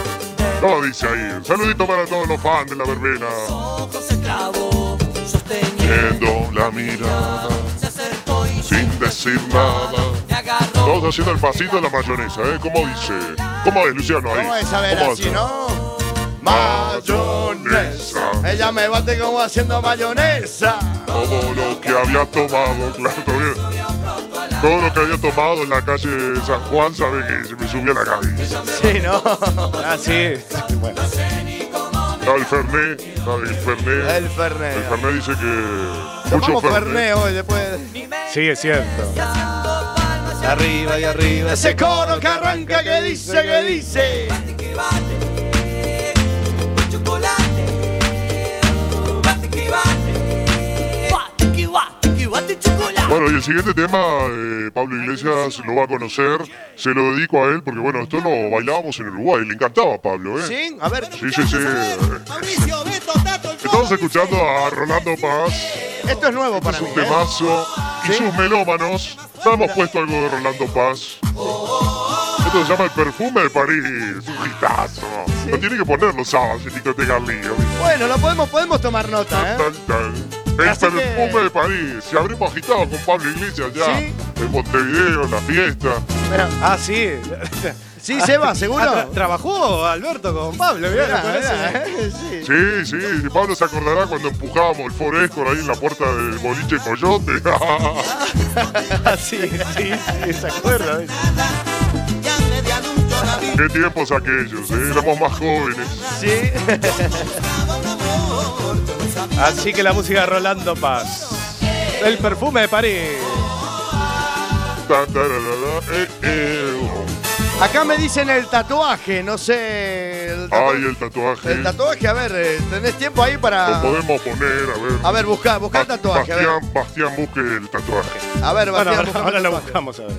Speaker 5: Todo dice ahí. Un saludito para todos los fans de la verbena.
Speaker 10: ojos se clavó, sosteniendo.
Speaker 5: Viendo la mirada
Speaker 10: Se acercó y
Speaker 5: sin decir nada.
Speaker 10: me agarró.
Speaker 5: Todos haciendo el pasito de la mayonesa, ¿eh? ¿Cómo dice? ¿Cómo es, Luciano? Ahí.
Speaker 7: ¿Cómo es a ver
Speaker 5: ¿Cómo
Speaker 7: así,
Speaker 5: hace?
Speaker 7: no? mayonesa. Ella me bate como haciendo mayonesa.
Speaker 5: Todo lo que había tomado, claro, todo bien. Todo lo que había tomado en la calle de San Juan, sabe que se me subía a la calle.
Speaker 7: Sí, (laughs) ¿no?
Speaker 4: Ah, sí. Bueno.
Speaker 5: Estaba el Fernet, estaba el Fernet.
Speaker 7: El Fernet.
Speaker 5: El Fernet dice que.
Speaker 7: Tomamos Fernet hoy después.
Speaker 4: Sí, es cierto.
Speaker 7: Arriba y arriba. Ese coro que arranca, que dice, que dice.
Speaker 5: Bueno, y el siguiente tema, eh, Pablo Iglesias lo va a conocer. Se lo dedico a él porque, bueno, esto lo bailábamos en Uruguay. Le encantaba a Pablo, ¿eh?
Speaker 7: ¿Sí? A ver.
Speaker 5: Sí, sí, sí. Estamos escuchando a Rolando Paz.
Speaker 7: Esto es nuevo para mí.
Speaker 5: Un
Speaker 7: ¿eh?
Speaker 5: temazo. Y sus melómanos. Le hemos puesto algo de Rolando Paz. Esto se llama El Perfume de París. Un hitazo. Lo tiene que poner los sábados en Discoteca Lío.
Speaker 7: Bueno, lo podemos, podemos tomar nota, ¿eh? (laughs)
Speaker 5: Tan, tan. El
Speaker 7: Así que-
Speaker 5: perfume de París. Se habremos agitado con Pablo Iglesias ya.
Speaker 7: Sí.
Speaker 5: En Montevideo, en la fiesta.
Speaker 7: Mira,
Speaker 4: Ah, sí.
Speaker 7: Sí, Seba, ¿seguro?
Speaker 4: Ah, tra- trabajó Alberto con Pablo, mirá,
Speaker 7: Mirá,
Speaker 4: lo conoce.
Speaker 7: mirá, ¿eh? (laughs) Sí.
Speaker 5: Sí, sí, sí, Pablo se acordará cuando empujábamos el Forescore ahí en la puerta del boliche Coyote. (laughs)
Speaker 4: Ah, sí, sí, sí, se acuerda. ¿ves?
Speaker 5: Qué tiempos aquellos, ¿eh? éramos más jóvenes.
Speaker 4: Sí. Así que la música de Rolando Paz. El perfume de París.
Speaker 5: Ta, ta, ra, ra, ra, eh, eh, oh.
Speaker 7: Acá me dicen el tatuaje, no sé. El, tatu-
Speaker 5: Ay, el tatuaje.
Speaker 7: el tatuaje, a ver, eh, ¿tenés tiempo ahí para.?
Speaker 5: Lo podemos poner, a ver.
Speaker 7: A ver, busca, busca el
Speaker 5: Ba-
Speaker 7: tatuaje, a ver.
Speaker 5: Bastián, Bastián busque el tatuaje.
Speaker 7: A ver,
Speaker 4: Bueno,
Speaker 7: Bastián,
Speaker 4: ahora,
Speaker 7: buscame
Speaker 4: ahora
Speaker 7: el
Speaker 4: lo
Speaker 7: tatuaje.
Speaker 4: buscamos, a ver.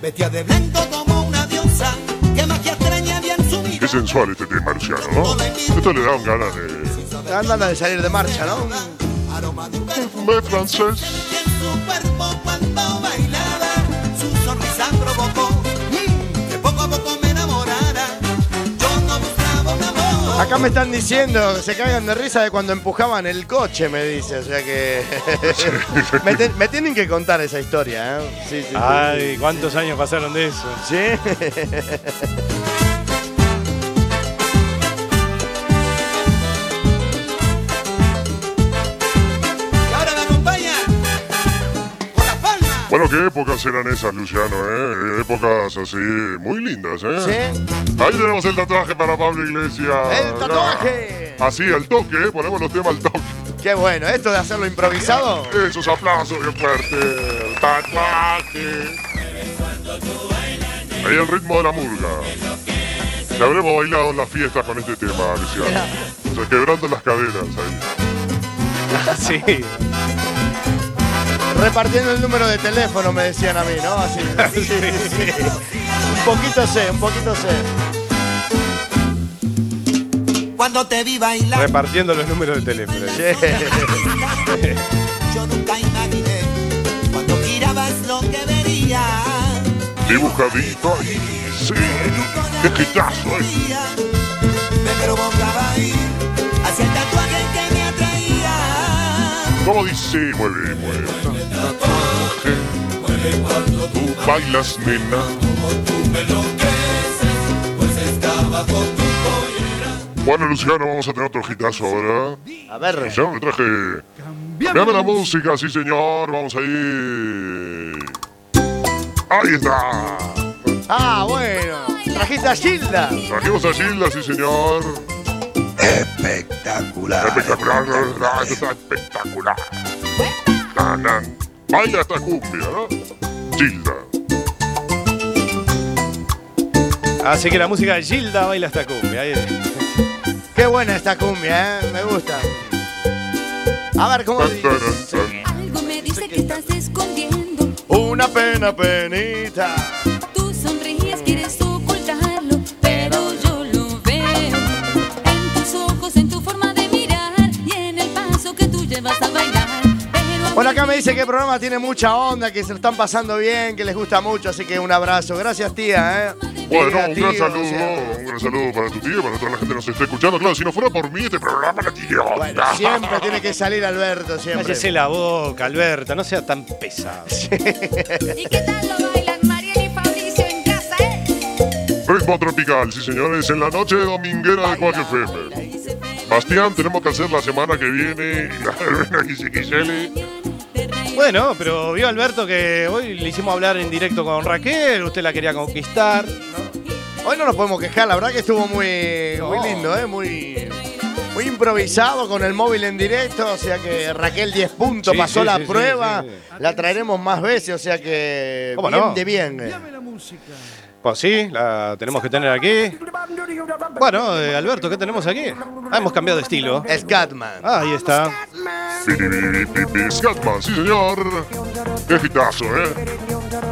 Speaker 10: Vestía de blanco como una diosa, que magia extraña había en su
Speaker 5: Qué
Speaker 10: mirada.
Speaker 5: sensual este tema, Luciano, ¿no? Esto le daban ganas de.
Speaker 7: Andan a de salir de marcha, ¿no?
Speaker 10: Aroma de un perfume
Speaker 5: Perfume francés.
Speaker 10: que en su cuerpo cuando bailaba, su sonrisa provocó mm, que poco a poco me enamorara. Yo no buscaba un amor.
Speaker 7: Acá me están diciendo, que se cagan de risa de cuando empujaban el coche, me dice. O sea que. (laughs) me, te- me tienen que contar esa historia, ¿eh? Sí, sí. sí.
Speaker 4: Ay, ¿cuántos años pasaron de eso?
Speaker 7: Sí.
Speaker 10: Y ahora me acompaña por la palma.
Speaker 5: Bueno, qué épocas eran esas, Luciano, ¿eh? Épocas así, muy lindas, ¿eh?
Speaker 7: Sí.
Speaker 5: Ahí tenemos el tatuaje para Pablo Iglesias.
Speaker 7: ¡El tatuaje!
Speaker 5: Así, al toque, ¿eh? Ponemos los temas al toque.
Speaker 7: Qué bueno, esto de hacerlo improvisado.
Speaker 5: Esos aplausos bien fuertes. El tatuaje. Ahí el ritmo de la murga. Ya habremos bailado en las fiestas con este tema, Luciano. O sea, quebrando las caderas ahí.
Speaker 4: (laughs) Sí.
Speaker 7: Repartiendo el número de teléfono, me decían a mí, ¿no? Así. (laughs) Sí, sí. Un poquito sé, un poquito sé.
Speaker 10: Cuando te vi bailar,
Speaker 4: Repartiendo los números de teléfono.
Speaker 10: (laughs) yo nunca imaginé. Cuando mirabas lo que vería,
Speaker 5: Dibujadito ahí, sí. Qué quitazo, ¿eh?
Speaker 10: me provocaba ir hacia el tatuaje que me atraía.
Speaker 5: ¿Cómo dice? Mueve, mueve. Tatuaje. Tú bailas, nena. Bueno, Luciano, vamos a tener otro hitazo ahora.
Speaker 7: A ver.
Speaker 5: Luciano, le traje. Cambiame la música, sí, señor. Vamos ahí. Ahí está.
Speaker 7: Ah, bueno. Trajiste a Gilda.
Speaker 5: Trajimos a Gilda, sí, señor.
Speaker 13: Espectacular.
Speaker 5: Espectacular, la verdad, esto está espectacular. Na, na. Baila esta cumbia, ¿no? Gilda.
Speaker 4: Así que la música de Gilda baila hasta cumbia. ahí es.
Speaker 7: Qué buena esta cumbia, ¿eh? Me gusta. A ver, ¿cómo
Speaker 5: Tan,
Speaker 7: dice?
Speaker 5: tan, tan.
Speaker 6: Algo me dice que estás escondiendo.
Speaker 7: Una pena, penita.
Speaker 6: Tú sonríes, quieres ocultarlo, pero yo lo veo. En tus ojos, en tu forma de mirar y en el paso que tú llevas a bailar. Pero a
Speaker 7: Bueno,
Speaker 6: mí
Speaker 7: acá me dice que el programa tiene mucha onda, que se lo están pasando bien, que les gusta mucho, así que un abrazo. Gracias, tía, ¿eh?
Speaker 5: Bueno,
Speaker 7: Tía,
Speaker 5: un
Speaker 7: tío,
Speaker 5: gran saludo,
Speaker 7: o sea,
Speaker 5: un gran saludo para tu tía, para toda la gente que nos está escuchando. Claro, si no fuera por mí, este programa no tiene onda.
Speaker 7: Bueno, siempre tiene que salir Alberto, siempre.
Speaker 4: Cállese la boca, Alberta, no sea tan (laughs) pesado.
Speaker 6: ¿Y qué tal lo bailan Mariel y Fabricio en casa, eh?
Speaker 5: Ritmo Ritmo tropical, sí señores, en la noche dominguera de 4 FM. Bastián, tenemos que hacer la semana que viene (laughs) la verbena Quisiquisele.
Speaker 4: Bueno, pero vio Alberto que hoy le hicimos hablar en directo con Raquel, usted la quería conquistar.
Speaker 7: Hoy no nos podemos quejar, la verdad que estuvo muy,
Speaker 4: Oh.
Speaker 7: muy lindo, ¿eh? muy, muy improvisado con el móvil en directo. O sea que Raquel 10 puntos
Speaker 4: Sí,
Speaker 7: pasó
Speaker 4: sí,
Speaker 7: la
Speaker 4: sí, sí,
Speaker 7: prueba.
Speaker 4: sí,
Speaker 7: La traeremos más veces, o sea que
Speaker 4: ¿Cómo
Speaker 7: bien
Speaker 4: no?
Speaker 7: de bien. eh.
Speaker 4: Pues sí, la tenemos que tener aquí. Bueno, eh, Alberto, ¿qué tenemos aquí? Ah, hemos cambiado de estilo.
Speaker 7: Scatman.
Speaker 4: Ah, ahí está.
Speaker 5: Piripiripipi, Scatman, sí señor. Qué hitazo, ¿eh?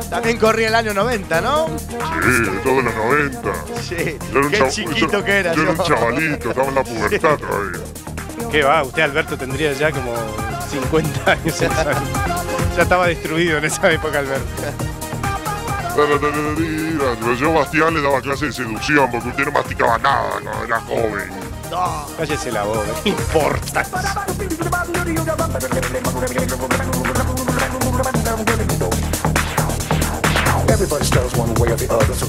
Speaker 7: También corría el año 90, ¿no?
Speaker 5: Sí, de todos los 90.
Speaker 7: Sí.
Speaker 5: Yo era un
Speaker 7: Qué
Speaker 5: chavo-
Speaker 7: chiquito
Speaker 5: yo-
Speaker 7: que era
Speaker 5: Yo era un
Speaker 7: yo.
Speaker 5: chavalito, estaba en la pubertad todavía.
Speaker 4: ¿Qué va? Usted, Alberto, tendría ya como 50 años. ya estaba destruido en esa época, Alberto.
Speaker 5: Pero yo a Bastián le daba clase de seducción porque usted no masticaba nada cuando era joven.
Speaker 4: Cállese la boca, ¿qué importa?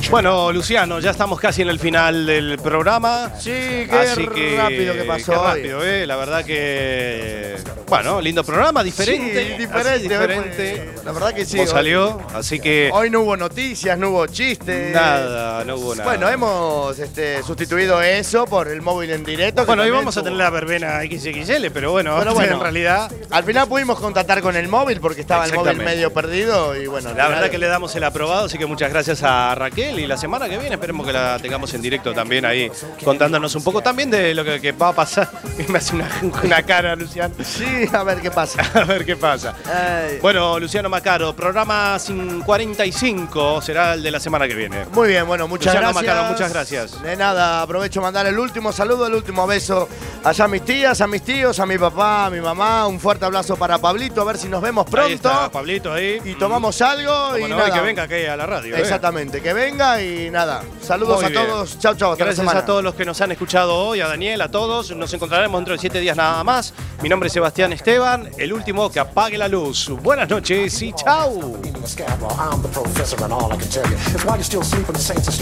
Speaker 4: Bueno, Luciano, ya estamos casi en el final del programa.
Speaker 7: Sí, qué
Speaker 4: Así que,
Speaker 7: rápido que pasó.
Speaker 4: qué
Speaker 7: hoy.
Speaker 4: rápido, eh, la verdad que. Bueno, lindo programa, diferente.
Speaker 7: Sí,
Speaker 4: así
Speaker 7: diferente, eh,
Speaker 4: diferente.
Speaker 7: La verdad que sí.
Speaker 4: Como
Speaker 7: hoy-
Speaker 4: salió, así que.
Speaker 7: Hoy no hubo noticias, no hubo chistes.
Speaker 4: Nada, no hubo nada.
Speaker 7: Bueno, hemos este, sustituido eso por el móvil en directo. que
Speaker 4: Bueno, hoy
Speaker 7: también
Speaker 4: vamos a
Speaker 7: tuvo-
Speaker 4: tener la verbena XXL, pero bueno,
Speaker 7: Pero
Speaker 4: (laughs)
Speaker 7: bueno.
Speaker 4: en realidad,
Speaker 7: Al final pudimos contactar con el móvil porque estaba el móvil
Speaker 4: Exactamente.
Speaker 7: medio perdido y bueno. al
Speaker 4: la
Speaker 7: final-
Speaker 4: verdad que le damos el aprobado, así que muchas gracias a Raquel y la semana que viene esperemos que la tengamos en directo también ahí, contándonos un poco también de lo que, que va a pasar. (laughs) Me hace una, una cara, Luciano.
Speaker 7: Sí, a ver qué pasa.
Speaker 4: (laughs) A ver qué pasa.
Speaker 7: Ay.
Speaker 4: Bueno, Luciano Macaro, programa sin 45 será el de la semana que viene.
Speaker 7: Muy bien, bueno, muchas
Speaker 4: Luciano
Speaker 7: gracias.
Speaker 4: Macaro, muchas gracias.
Speaker 7: De nada, aprovecho mandar el último saludo, el último beso allá a mis tías, a mis tíos, a mi papá, a mi mamá. Un fuerte abrazo para Pablito, a ver si nos vemos pronto.
Speaker 4: Ahí está, Pablito ahí. Mm,
Speaker 7: Y tomamos algo y
Speaker 4: Bueno,
Speaker 7: nada.
Speaker 4: que venga aquí a la radio. ¿eh?
Speaker 7: Exactamente, que venga y nada. Saludos
Speaker 4: Muy
Speaker 7: a
Speaker 4: bien.
Speaker 7: todos. Chau, chau. Hasta la
Speaker 4: Gracias
Speaker 7: semana.
Speaker 4: a todos los que nos han escuchado hoy, a Daniel, a todos. Nos encontraremos dentro de siete días nada más. Mi nombre es Sebastián Esteban, el último que apague la luz. Buenas noches y chao.
Speaker 12: I'm the professor, and all I can tell you is why you still sleeping the saints. are